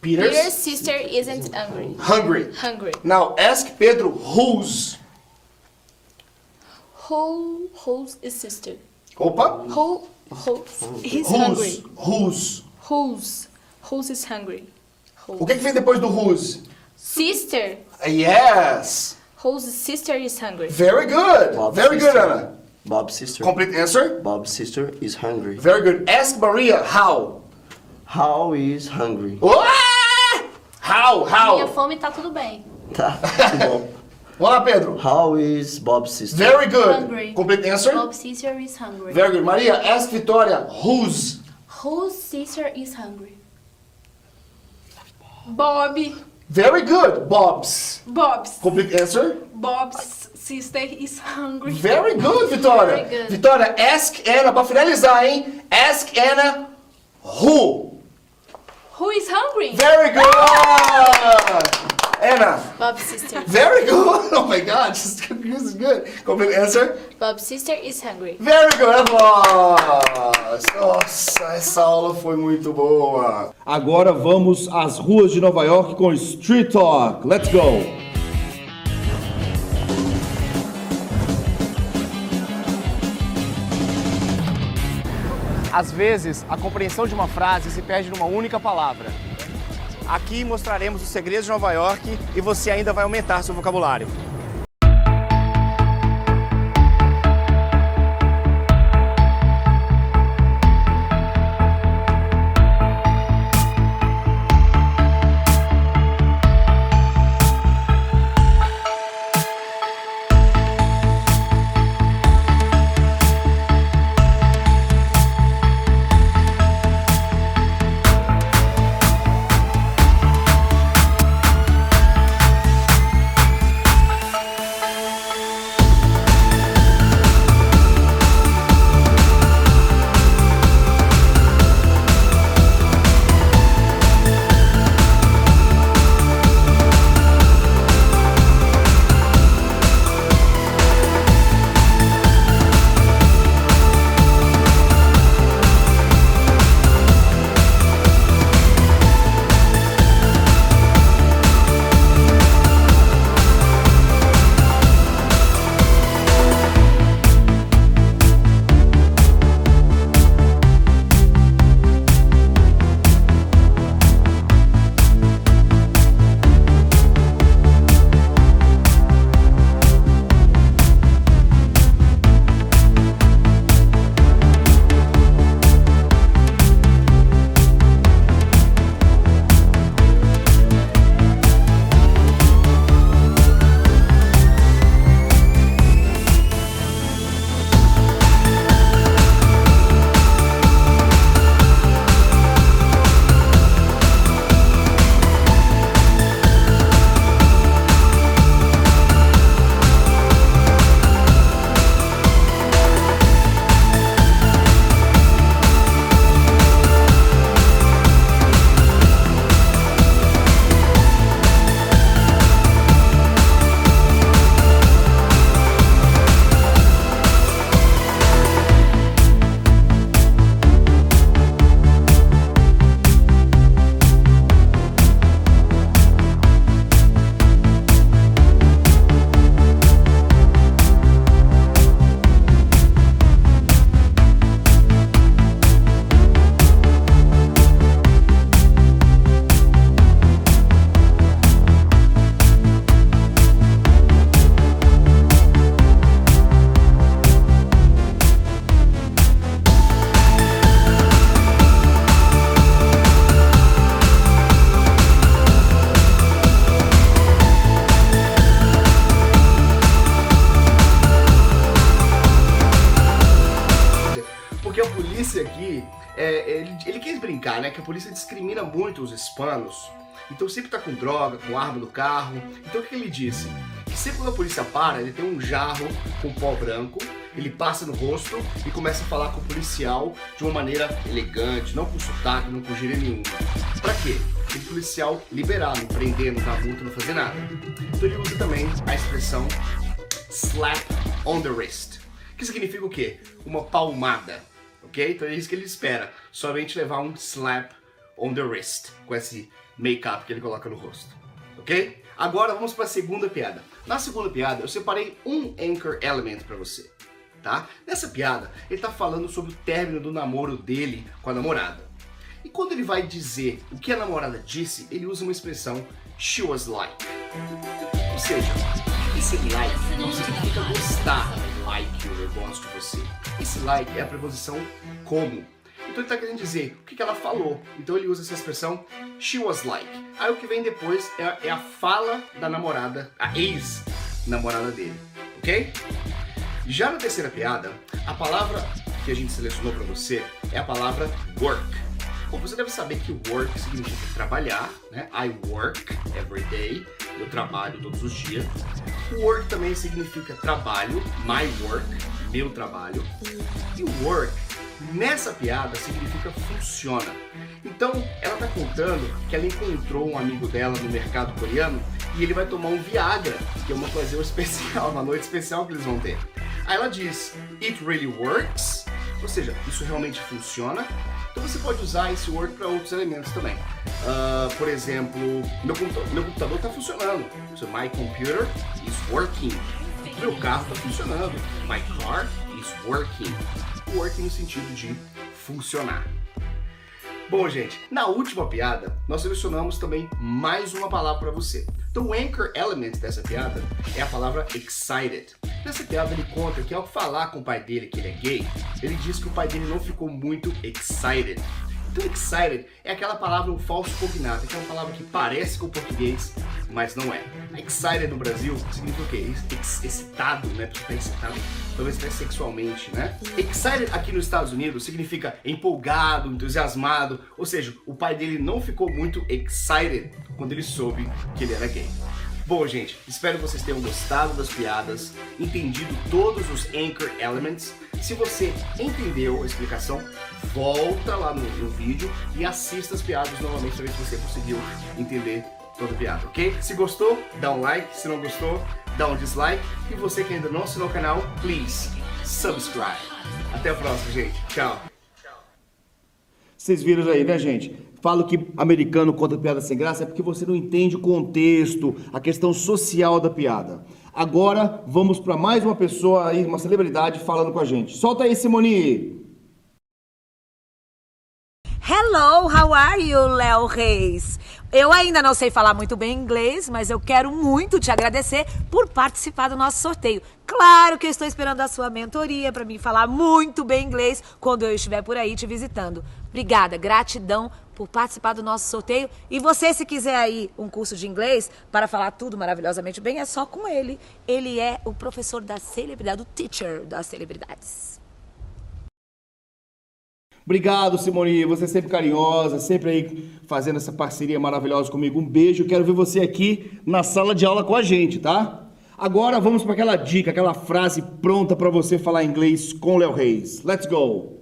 [SPEAKER 1] Peters.
[SPEAKER 5] Peter's sister isn't hungry.
[SPEAKER 1] Hungry.
[SPEAKER 5] Hungry.
[SPEAKER 1] Now ask Pedro whose.
[SPEAKER 5] Who who's is sister?
[SPEAKER 1] Opa.
[SPEAKER 5] Who who's he's
[SPEAKER 1] Whose.
[SPEAKER 5] hungry?
[SPEAKER 1] Whose.
[SPEAKER 5] Who's who's is hungry? Who-
[SPEAKER 1] O que, que vem depois do whose?
[SPEAKER 5] Sister.
[SPEAKER 1] Yes.
[SPEAKER 5] Who's sister is hungry?
[SPEAKER 1] Very good.
[SPEAKER 3] Bob's
[SPEAKER 1] Very good,
[SPEAKER 3] sister.
[SPEAKER 1] Ana.
[SPEAKER 3] Bob's sister.
[SPEAKER 1] Complete answer?
[SPEAKER 3] Bob's sister is hungry.
[SPEAKER 1] Very good. Ask Maria how.
[SPEAKER 3] How is hungry?
[SPEAKER 1] Ah! How, how?
[SPEAKER 2] Minha fome tá tudo bem.
[SPEAKER 3] Tá, muito bom.
[SPEAKER 1] Vamos lá, Pedro.
[SPEAKER 3] How is Bob's sister?
[SPEAKER 1] Very good.
[SPEAKER 2] Hungry.
[SPEAKER 1] Complete answer?
[SPEAKER 2] Bob sister is hungry.
[SPEAKER 1] Very good. Maria, ask Vitória whose.
[SPEAKER 2] Whose sister is hungry?
[SPEAKER 4] Bob,
[SPEAKER 1] Very good. Bob's.
[SPEAKER 4] Bob's,
[SPEAKER 1] Complete answer?
[SPEAKER 4] Bob's sister is hungry.
[SPEAKER 1] Very good, Vitória.
[SPEAKER 2] Very good.
[SPEAKER 1] Vitória, ask Anna, pra finalizar, hein? Ask Anna who.
[SPEAKER 4] Who is hungry?
[SPEAKER 1] Very good. Anna,
[SPEAKER 5] Bob's sister.
[SPEAKER 1] very good. Oh my God, this is good. Complete answer?
[SPEAKER 5] Bob's sister is hungry.
[SPEAKER 1] Very good, applause. Nossa, essa aula foi muito boa.
[SPEAKER 6] Agora vamos às ruas de Nova York com Street Talk. Let's go!
[SPEAKER 7] Às vezes, a compreensão de uma frase se perde numa única palavra. Aqui mostraremos os segredos de Nova York e você ainda vai aumentar seu vocabulário.
[SPEAKER 1] Porque a polícia aqui, é, ele, ele quis brincar, né? Que a polícia discrimina muito os hispanos. Então sempre tá com droga, com arma no carro. Então o que que ele disse? Que sempre quando a polícia para, ele tem um jarro com pó branco, ele passa no rosto e começa a falar com o policial de uma maneira elegante, não com sotaque, não com gíria nenhuma. Pra quê? o policial liberar, não prender, não dar multa, não fazer nada. Então ele usa também a expressão slap on the wrist, que significa o quê? Uma palmada, ok? Então é isso que ele espera, somente levar um slap on the wrist, com esse make-up que ele coloca no rosto, ok? Agora vamos para a segunda piada. Na segunda piada eu separei um anchor element para você, tá? Nessa piada ele tá falando sobre o término do namoro dele com a namorada. E quando ele vai dizer o que a namorada disse, ele usa uma expressão she was like. Ou seja, esse like não significa gostar, like, eu gosto de você. Esse like é a preposição como. Então ele está querendo dizer o que, que ela falou. Então ele usa essa expressão she was like. Aí o que vem depois é a, é a fala da namorada, a ex-namorada dele, ok? Já na terceira piada, a palavra que a gente selecionou para você é a palavra work. Bom, você deve saber que work significa trabalhar, né? I work every day, eu trabalho todos os dias. Work também significa trabalho, my work, meu trabalho. E work nessa piada significa funciona. Então, ela tá contando que ela encontrou um amigo dela no mercado coreano e ele vai tomar um Viagra, que é uma ocasião especial, uma noite especial que eles vão ter. Aí ela diz, it really works, ou seja, isso realmente funciona. Então você pode usar esse work para outros elementos também. Ah, por exemplo, meu, computa- meu computador está funcionando. So, my computer is working. Meu carro está funcionando. My car is working. Working no sentido de funcionar. Bom, gente, na última piada, nós selecionamos também mais uma palavra para você. Então, o anchor element dessa piada é a palavra excited. Nessa piada, ele conta que ao falar com o pai dele que ele é gay, ele diz que o pai dele não ficou muito excited. Então, excited é aquela palavra, um falso cognato, que é uma palavra que parece com o português, mas não é. Excited no Brasil significa o quê? Ex- excitado, né? Porque tá excitado talvez até sexualmente, né? Excited aqui nos Estados Unidos significa empolgado, entusiasmado, ou seja, o pai dele não ficou muito excited quando ele soube que ele era gay. Bom, gente, espero que vocês tenham gostado das piadas, entendido todos os anchor elements. Se você entendeu a explicação, volta lá no, no vídeo e assista as piadas novamente para ver se você conseguiu entender toda piada, ok? Se gostou, dá um like. Se não gostou, dá um dislike. E você que ainda não assinou o canal, please, subscribe. Até a próxima, gente. Tchau.
[SPEAKER 6] Vocês viram aí, né, gente? Falo que americano conta piada sem graça é porque você não entende o contexto, a questão social da piada. Agora vamos para mais uma pessoa aí, uma celebridade falando com a gente. Solta aí, Simone!
[SPEAKER 8] Hello, how are you, Léo Reis? Eu ainda não sei falar muito bem inglês, mas eu quero muito te agradecer por participar do nosso sorteio. Claro que eu estou esperando a sua mentoria para mim falar muito bem inglês quando eu estiver por aí te visitando. Obrigada, gratidão por participar do nosso sorteio. E você, se quiser aí um curso de inglês para falar tudo maravilhosamente bem, é só com ele. Ele é o professor da celebridade, o teacher das celebridades.
[SPEAKER 6] Obrigado, Simone. Você é sempre carinhosa, sempre aí fazendo essa parceria maravilhosa comigo. Um beijo. Quero ver você aqui na sala de aula com a gente, tá? Agora vamos para aquela dica, aquela frase pronta para você falar inglês com Léo Reis. Let's go!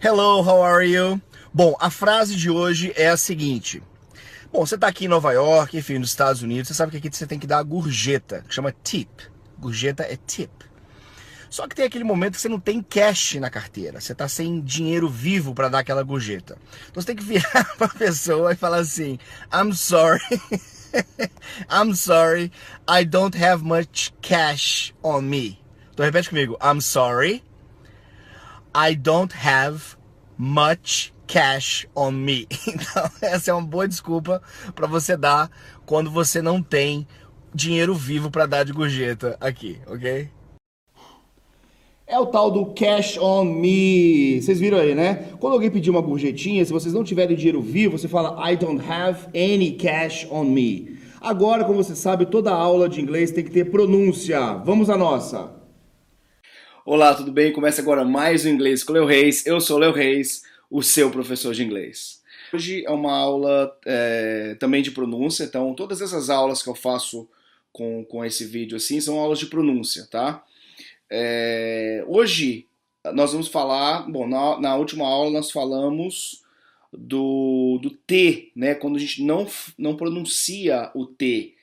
[SPEAKER 1] Hello, how are you? Bom, a frase de hoje é a seguinte. Bom, você tá aqui em Nova York, enfim, nos Estados Unidos, você sabe que aqui você tem que dar a gorjeta, que chama tip. Gorjeta é tip. Só que tem aquele momento que você não tem cash na carteira, você tá sem dinheiro vivo para dar aquela gorjeta. Então você tem que virar pra pessoa e falar assim: I'm sorry. I'm sorry, I don't have much cash on me. Então repete comigo: I'm sorry. I don't have much cash on me. Então, essa é uma boa desculpa para você dar quando você não tem dinheiro vivo para dar de gorjeta aqui, ok?
[SPEAKER 6] É o tal do cash on me. Vocês viram aí, né? Quando alguém pedir uma gorjetinha, se vocês não tiverem dinheiro vivo, você fala I don't have any cash on me. Agora, como você sabe, toda aula de inglês tem que ter pronúncia. Vamos à nossa.
[SPEAKER 7] Olá, tudo bem? Começa agora mais um Inglês com o Leo Reis. Eu sou o Leo Reis, o seu professor de inglês. Hoje é uma aula é, também de pronúncia, então todas essas aulas que eu faço com, com esse vídeo assim são aulas de pronúncia, tá? É, hoje nós vamos falar, bom, na, na última aula nós falamos do, do T, né? Quando a gente não, f- não pronuncia o T,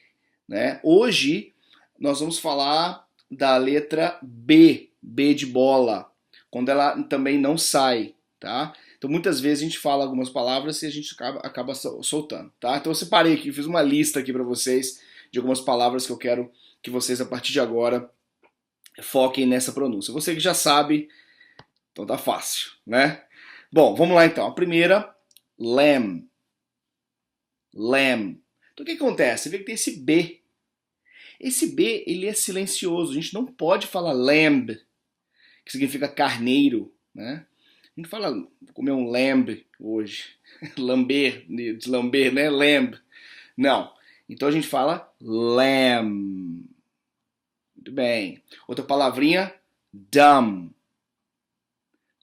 [SPEAKER 7] né? Hoje nós vamos falar da letra B, B de bola, quando ela também não sai, tá? Então muitas vezes a gente fala algumas palavras e a gente acaba, acaba sol- soltando, tá? Então eu separei aqui, fiz uma lista aqui para vocês de algumas palavras que eu quero que vocês a partir de agora foquem nessa pronúncia. Você que já sabe, então tá fácil, né? Bom, vamos lá então. A primeira, lamb. Lamb. Então o que acontece? Você vê que tem esse B. Esse B, ele é silencioso. A gente não pode falar lamb, que significa carneiro, né? A gente fala, vou comer um lamb hoje. Lamber, de lamber, né? Lamb. Não. Então a gente fala lamb. Muito bem. Outra palavrinha, dumb.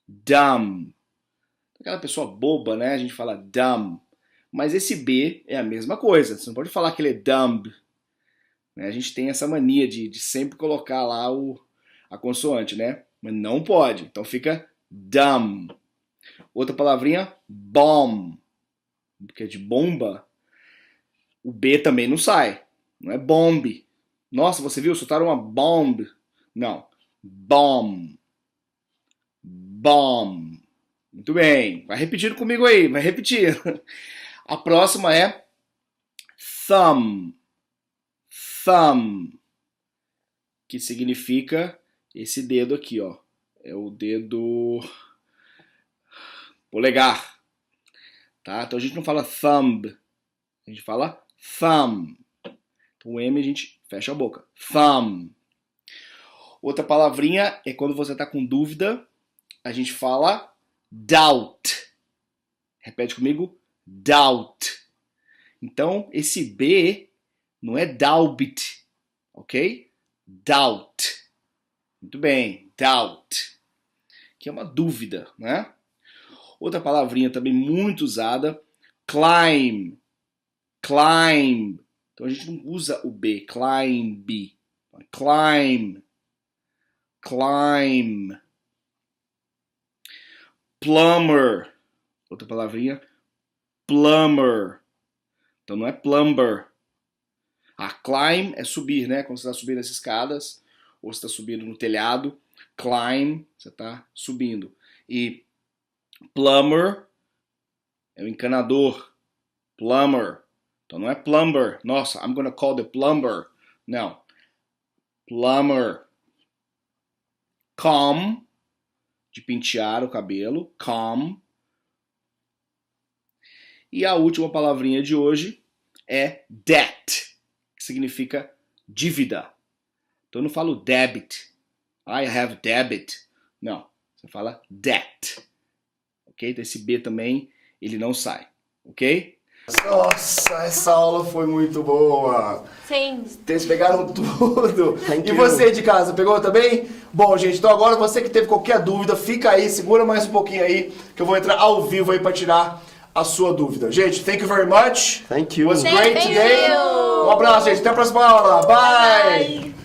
[SPEAKER 7] Dumb aquela pessoa boba, né? A gente fala dumb. Mas esse B é a mesma coisa. Você não pode falar que ele é dumb. né? A gente tem essa mania de, de sempre colocar lá o, a consoante, né? Mas não pode. Então fica dumb. Outra palavrinha, bomb, que é de bomba. O B também não sai. Não é bomb. Nossa, você viu? Soltaram uma bomb. Não. Bomb. Bomb. Muito bem. Vai repetindo comigo aí, vai repetir. A próxima é thumb. Thumb. Que significa esse dedo aqui, ó. É o dedo polegar. Tá? Então a gente não fala thumb. A gente fala thumb. Então o M a gente fecha a boca. Thumb. Outra palavrinha é quando você tá com dúvida, a gente fala doubt. Repete comigo, doubt. Então, esse B não é doubt, ok? Doubt. Muito bem, doubt. Que é uma dúvida, né? Outra palavrinha também muito usada, climb. Climb. Então a gente não usa o B, climb. Climb. Climb plumber. Outra palavrinha, plumber. Então não é plumber. A climb é subir, né? Quando você está subindo as escadas, ou você está subindo no telhado, climb, você está subindo. E plumber é o encanador. Plumber. Então não é plumber. Nossa, I'm gonna call the plumber. Não. Plumber. Calm de pentear o cabelo, calm. E a última palavrinha de hoje é debt, que significa dívida. Então eu não falo debit. I have debit. Não, você fala debt. OK? Então esse B também, ele não sai, OK?
[SPEAKER 1] Nossa, essa aula foi muito boa.
[SPEAKER 2] Sim.
[SPEAKER 1] Vocês pegaram tudo.
[SPEAKER 3] Thank
[SPEAKER 1] e
[SPEAKER 3] you.
[SPEAKER 1] você de casa, pegou também? Bom, gente, então agora você que teve qualquer dúvida, fica aí, segura mais um pouquinho aí, que eu vou entrar ao vivo aí pra tirar a sua dúvida. Gente, thank you very much.
[SPEAKER 3] Thank you.
[SPEAKER 1] Was great
[SPEAKER 5] Thank
[SPEAKER 1] today.
[SPEAKER 5] you.
[SPEAKER 1] Um abraço, gente. Até a próxima aula. Bye.